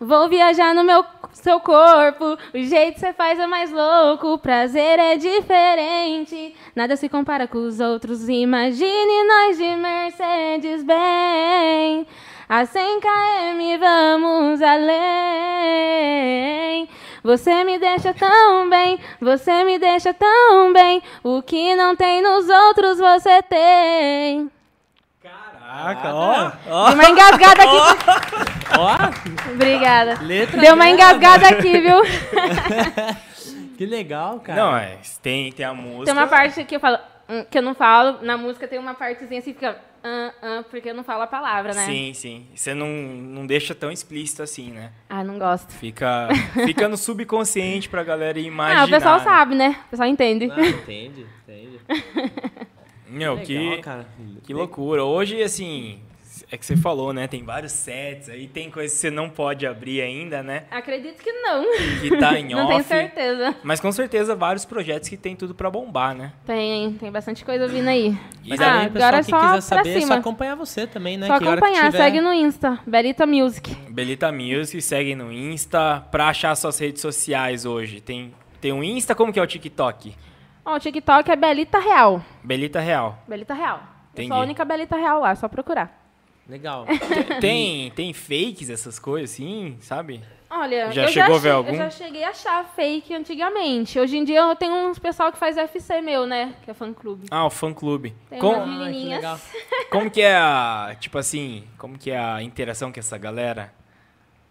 C: Vou viajar no meu seu corpo. O jeito que você faz é mais louco. O prazer é diferente. Nada se compara com os outros. Imagine nós de Mercedes bem. A 100 km vamos além. Você me deixa tão bem, você me deixa tão bem. O que não tem nos outros você tem.
B: Caraca, ó.
C: Deu uma engasgada aqui.
A: Ó,
C: Obrigada.
A: letra
C: Deu uma
A: grande.
C: engasgada aqui, viu?
A: Que legal, cara.
B: Não, é, tem, tem a música.
C: Tem uma parte que eu falo, hum, que eu não falo. Na música tem uma partezinha assim que fica, hum, hum, porque eu não falo a palavra, né?
B: Sim, sim. Você não, não deixa tão explícito assim, né?
C: Ah, não gosto.
B: Fica, fica no subconsciente pra galera imaginar.
C: Ah, o pessoal
B: né?
C: sabe, né? O pessoal entende.
A: Ah, entende, entende.
B: Meu,
A: Legal,
B: que,
A: cara.
B: que loucura. Hoje, assim, é que você falou, né? Tem vários sets, aí tem coisas que você não pode abrir ainda, né?
C: Acredito que não.
B: Que tá em
C: Não
B: off.
C: tenho certeza.
B: Mas com certeza vários projetos que tem tudo pra bombar, né?
C: Tem, tem bastante coisa vindo aí.
A: E
C: Ah,
A: também, pessoal,
C: agora é
A: quem
C: só
A: quiser
C: pra
A: saber, é só
C: cima.
A: acompanhar você também, né?
C: Só
A: que hora que
C: acompanhar,
A: tiver-
C: segue no Insta, Belita Music.
B: Belita Music, segue no Insta. Pra achar suas redes sociais hoje, tem, tem um Insta, como que é o TikTok?
C: Ó, o TikTok é Belita Real.
B: Belita Real.
C: Belita Real. Eu
B: Entendi.
C: sou a única Belita Real lá, é só procurar.
A: Legal.
B: Tem, tem fakes, essas coisas assim, sabe?
C: Olha,
B: Já
C: eu,
B: chegou a ver
C: já che-
B: algum?
C: eu já cheguei a achar fake antigamente. Hoje em dia eu tenho uns pessoal que faz FC meu, né? Que é fã clube.
B: Ah, o fã clube.
C: Tem
B: Com-
C: umas menininhas.
A: legal.
B: como que é a. Tipo assim, como que é a interação com essa galera?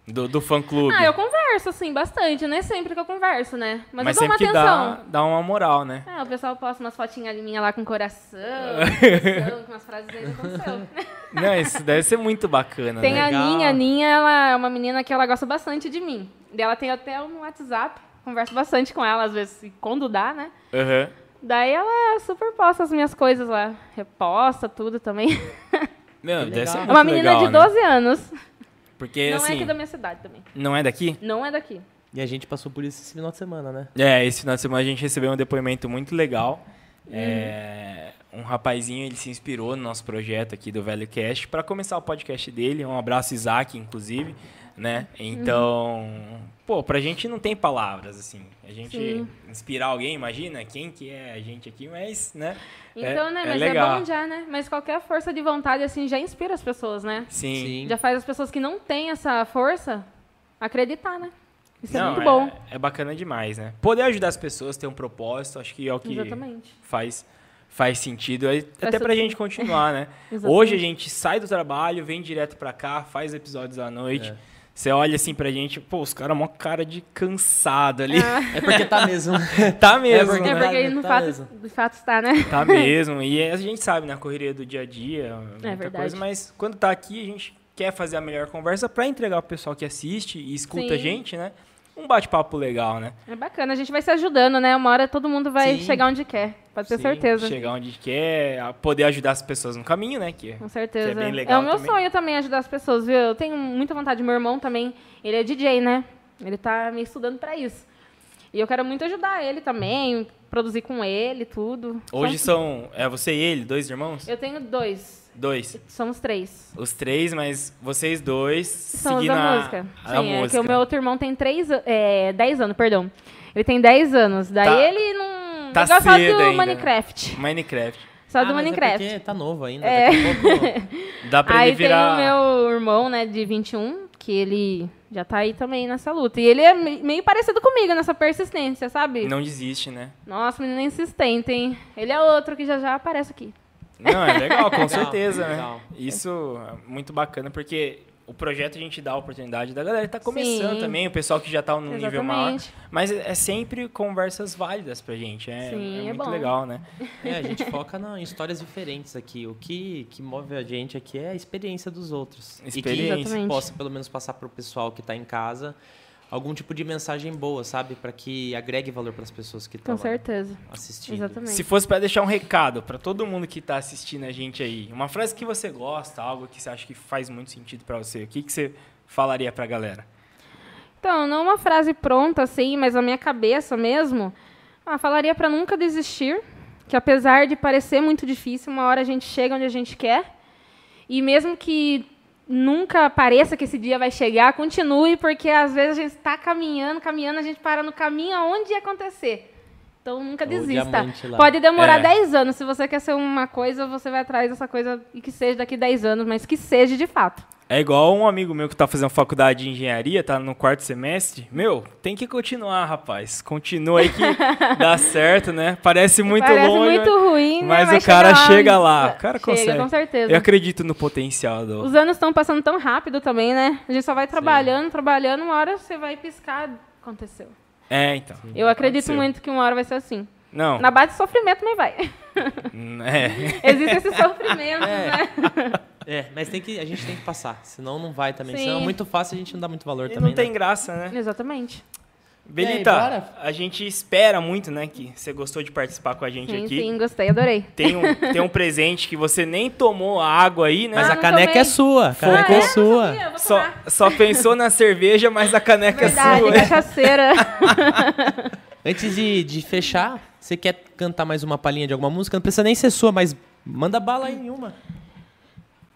B: Do, do fã clube.
C: Ah, eu converso, assim, bastante. Não é sempre que eu converso, né? Mas,
B: Mas
C: eu dou uma
B: sempre que dá,
C: atenção.
B: dá uma moral, né?
C: Ah, o pessoal posta umas fotinhas minha lá com coração, coração, com umas frases aí aconteceu.
B: Não, isso deve ser muito bacana,
C: Tem
B: né?
C: a
A: Legal.
C: Ninha, a Ninha, ela é uma menina que ela gosta bastante de mim. Dela tem até um WhatsApp, converso bastante com ela, às vezes, quando dá, né?
B: Aham.
C: Daí ela super posta as minhas coisas lá, reposta tudo também.
B: Meu, deve
A: legal.
B: ser muito
C: É uma menina
B: legal,
C: de
B: né?
C: 12 anos.
B: Porque,
C: Não é
B: assim,
C: aqui da minha cidade também.
B: não é daqui?
C: Não é daqui.
A: E a gente passou por isso esse final de semana, né?
B: É, esse final de semana a gente recebeu um depoimento muito legal. É, um rapazinho, ele se inspirou no nosso projeto aqui do Velho Cast para começar o podcast dele. Um abraço, Isaac, inclusive, né? Então, pô, pra gente não tem palavras, assim. A gente
C: Sim.
B: inspirar alguém, imagina quem que é a gente aqui, mas, né? É-
C: Então, né,
B: é
C: mas
B: legal.
C: é bom já, né? Mas qualquer força de vontade, assim, já inspira as pessoas, né?
B: Sim.
C: Já faz as pessoas que não têm essa força acreditar, né? Isso é
B: Não,
C: muito bom.
B: É bacana demais, né? Poder ajudar as pessoas, ter um propósito, acho que é o que
C: Exatamente.
B: faz faz sentido aí, até pra
C: sentido.
B: gente continuar, né?
C: Exatamente.
B: Hoje a gente sai do trabalho, vem direto pra cá, faz episódios à noite. Você olha assim pra gente, pô, os caras mó cara de cansado ali.
A: É porque tá mesmo.
B: tá mesmo,
A: É
B: né?
C: É porque no
A: Tá
C: fato,
A: mesmo.
C: de fato está, né?
B: Tá mesmo. E a gente sabe, na correria do dia a dia, muita
C: É verdade.
B: coisa, mas quando tá aqui, a gente quer fazer a melhor conversa pra entregar pro pessoal que assiste e escuta a
C: Sim.
B: gente, né? Um bate-papo legal, né?
C: É bacana, a gente vai se ajudando, né? Uma hora todo mundo vai
A: Sim.
C: chegar onde quer, pode ter
B: Sim,
C: certeza.
B: Chegar onde quer, a- poder ajudar as pessoas no caminho, né? Que
C: Com certeza.
B: Que é bem legal
C: o meu
B: também.
C: sonho também ajudar as pessoas, viu? Eu tenho muita vontade. Meu irmão também, ele é DJ, né? Ele tá me estudando pra isso. E eu quero muito ajudar ele também, produzir com ele, tudo.
B: Hoje são.
C: Somos-
B: É você e ele, dois irmãos?
C: Eu tenho dois.
B: Dois.
C: Somos três.
B: Os três, mas vocês dois
C: São os
B: seguindo
C: da
B: a
C: música.
B: a
C: Sim, é que
B: música.
C: o meu outro irmão tem três, an- é, 10 anos, perdão. Ele tem 10 anos. Daí
B: Tá-
C: ele não.
B: tá
C: ele gosta só
B: cedo
C: do
B: ainda, né?
C: Minecraft.
B: Minecraft.
C: Só
A: Ah,
C: do
A: mas é
C: Minecraft. É.
A: porque tá novo ainda. Daqui a pouco...
B: Dá pra
C: Aí
B: ele virar.
C: tem o meu irmão, né, de 21, que ele já tá aí também nessa luta. E ele é me- meio parecido comigo nessa persistência, sabe?
B: Não desiste, né?
C: Nossa, menino insistente, hein? Ele é outro que já já aparece aqui.
B: Não, é legal, com
A: Legal,
B: certeza, né?
A: legal.
B: Isso é muito bacana, porque o projeto a gente dá a oportunidade da galera que tá começando
C: Sim.
B: também, o pessoal que já tá num nível maior.
C: Exatamente.
B: Mas é é sempre conversas válidas pra gente. É,
C: Sim,
B: é
C: é
B: muito
C: bom.
B: legal, né?
A: É, a gente foca na, em histórias diferentes aqui. O que, que move a gente aqui é a experiência dos outros.
B: Experiência.
A: E que
C: Exatamente.
A: possa, pelo menos, passar pro pessoal que tá em casa algum tipo de mensagem boa, sabe? Pra que agregue valor pras pessoas
B: Tá
A: que
C: Com
A: estão
C: certeza.
A: assistindo.
C: Exatamente.
B: Se fosse pra deixar um recado pra todo mundo que tá assistindo a gente aí, uma frase que você gosta, algo que você acha que faz muito sentido pra você, o que, que você falaria pra galera?
C: Então, não uma frase pronta assim, mas na minha cabeça mesmo. Ah, falaria pra nunca desistir, que apesar de parecer muito difícil, uma hora a gente chega onde a gente quer. E mesmo que nunca pareça que esse dia vai chegar, continue, porque às vezes a gente está caminhando, caminhando, a gente para no caminho aonde ia acontecer. Então nunca
A: O
C: desista.
A: diamante lá.
C: Pode demorar
B: É.
C: 10 anos. Se você quer ser uma coisa, você vai atrás dessa coisa e que seja daqui 10 anos, mas que seja de fato.
B: É igual um amigo meu que tá fazendo faculdade de engenharia, tá no quarto semestre. Meu, tem que continuar, rapaz. Continua aí que dá certo, né? Parece muito
C: Parece
B: longe.
C: muito ruim, né?
B: mas
C: Vai
B: o cara
C: chegar
B: chega lá. O cara
C: É, chega,
B: consegue.
C: com certeza.
B: Eu acredito no potencial do.
C: Os anos estão passando tão rápido também, né? A gente só vai trabalhando, trabalhando, uma hora você vai piscar, aconteceu.
B: É, então.
C: Eu acredito
B: Aconteceu.
C: muito que uma hora vai ser assim.
B: Não.
C: Na base de sofrimento também vai.
B: É.
C: Existe esse sofrimento,
A: É.
C: né?
A: É, mas tem que, a gente tem que passar, senão não vai também.
C: Sim.
A: Senão é muito fácil, a gente não dá muito valor
B: E
A: também.
B: não tem
A: né?
B: graça, né?
C: Exatamente.
A: E aí,
B: Benita,
A: bora?
B: a gente espera muito, né, que você gostou de participar com a gente
C: Sim,
B: aqui.
C: sim, gostei, adorei.
B: Tem, um, tem um presente que você nem tomou a água aí, né?
A: Mas
C: Ah,
A: a
C: não
A: caneca
C: tomei.
A: é sua, a caneca é,
B: é?
A: sua.
C: Eu vou
B: só,
C: tomar.
B: só pensou na cerveja, mas a caneca é
C: Verdade,
B: sua.
C: cachaceira.
A: Antes de, de fechar, você quer cantar mais uma palhinha de alguma música? Não precisa nem ser sua, mas manda bala em uma.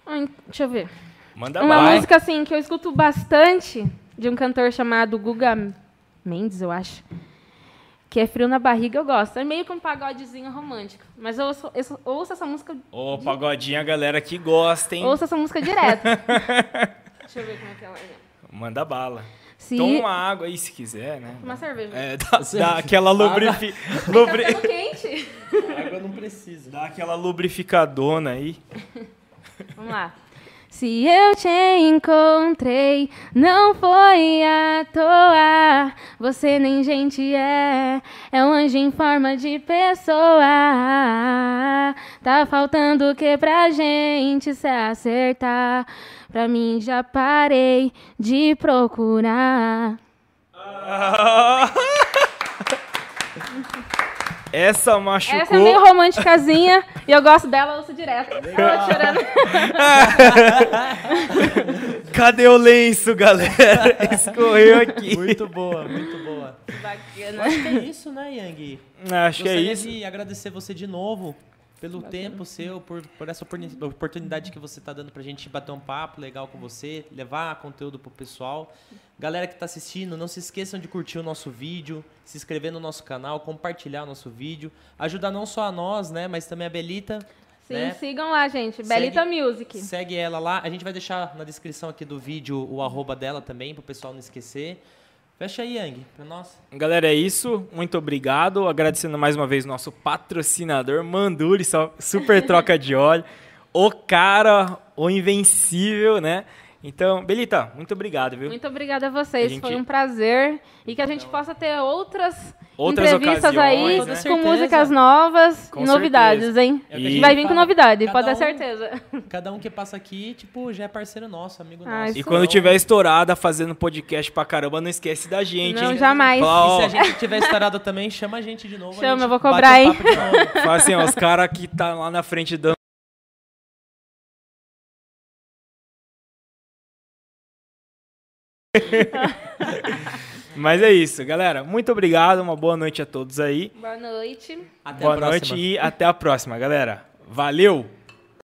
C: Ai, Deixa eu ver.
B: Manda
C: Uma
B: bala.
C: música, assim, que eu escuto bastante de um cantor chamado Guga Mendes, eu acho. Que é Frio na Barriga, eu gosto. É meio que um pagodezinho romântico. Mas eu ouço, eu ouço essa música
B: Ô, pagodinho, a galera que gosta, hein?
C: Ouça essa música direto. Deixa eu ver como é que ela é.
B: Manda bala.
C: Se...
B: Toma uma água aí se quiser, né?
C: Uma cerveja.
B: É, dá, dá aquela lubrifi...
C: Tá
B: lubri-
C: ficando quente.
A: Água não precisa.
B: Dá aquela lubrificadona aí.
C: Vamos lá. Se eu te encontrei, não foi à toa. Você nem gente é, é um anjo em forma de pessoa. Tá faltando o que pra gente se acertar? Pra mim já parei de procurar.
B: Essa machucou.
C: Essa é meio românticazinha e eu gosto dela, eu ouço direto. Ela chorando.
B: Cadê o lenço, galera? Escorreu aqui.
A: Muito boa, muito boa.
C: Bacana.
A: Acho que é isso, né, Yang?
B: Acho que é
A: Gostaria
B: isso.
A: de agradecer você de novo pelo tempo seu, por, por essa oportuni- oportunidade que você está dando para a gente bater um papo legal com você, levar conteúdo pro pessoal. Galera que está assistindo, não se esqueçam de curtir o nosso vídeo, se inscrever no nosso canal, compartilhar o nosso vídeo, ajudar não só a nós, né, mas também a Belita.
C: Sim,
A: né?
C: sigam lá, gente. Belita Music.
A: Segue ela lá. A gente vai deixar na descrição aqui do vídeo o arroba dela também, pro pessoal não esquecer. Fecha aí, Yang, pra nós.
B: Galera, é isso. Muito obrigado. Agradecendo mais uma vez nosso patrocinador Manduri, só- super troca de óleo. O cara, o invencível, né? Então, Belita, muito obrigado, viu?
C: Muito obrigada a
B: A
C: vocês,
B: gente-
C: foi um prazer. E que a gente possa ter outras,
B: Outras
C: entrevistas aí,
B: ocasiões, né?
A: Com
C: com
A: certeza.
C: músicas novas
B: Com
C: e novidades,
B: certeza.
C: hein?
A: É
B: o que a gente
C: Vai vir com
A: fala.
C: novidade,
A: Cada
C: pode ter
A: um-
C: certeza.
A: Cada um que passa aqui, tipo, já é parceiro nosso, amigo
C: Ah,
A: nosso.
B: E
C: isso
B: quando tiver estourada fazendo podcast pra caramba, não esquece da gente,
C: Não,
B: hein?
C: jamais.
B: Fala,
A: E
B: ó,
A: se a gente tiver estourado também, chama a gente de novo. a
C: Chama,
A: gente
C: eu vou
A: bate um
C: cobrar, hein?
A: papo de novo.
B: Fala assim, ó, os caras que tá lá na frente dando. Mas é isso, galera. Muito obrigado, uma boa noite a todos aí.
C: Boa noite.
A: Até
B: boa
A: a próxima.
B: noite e até a próxima, galera. Valeu!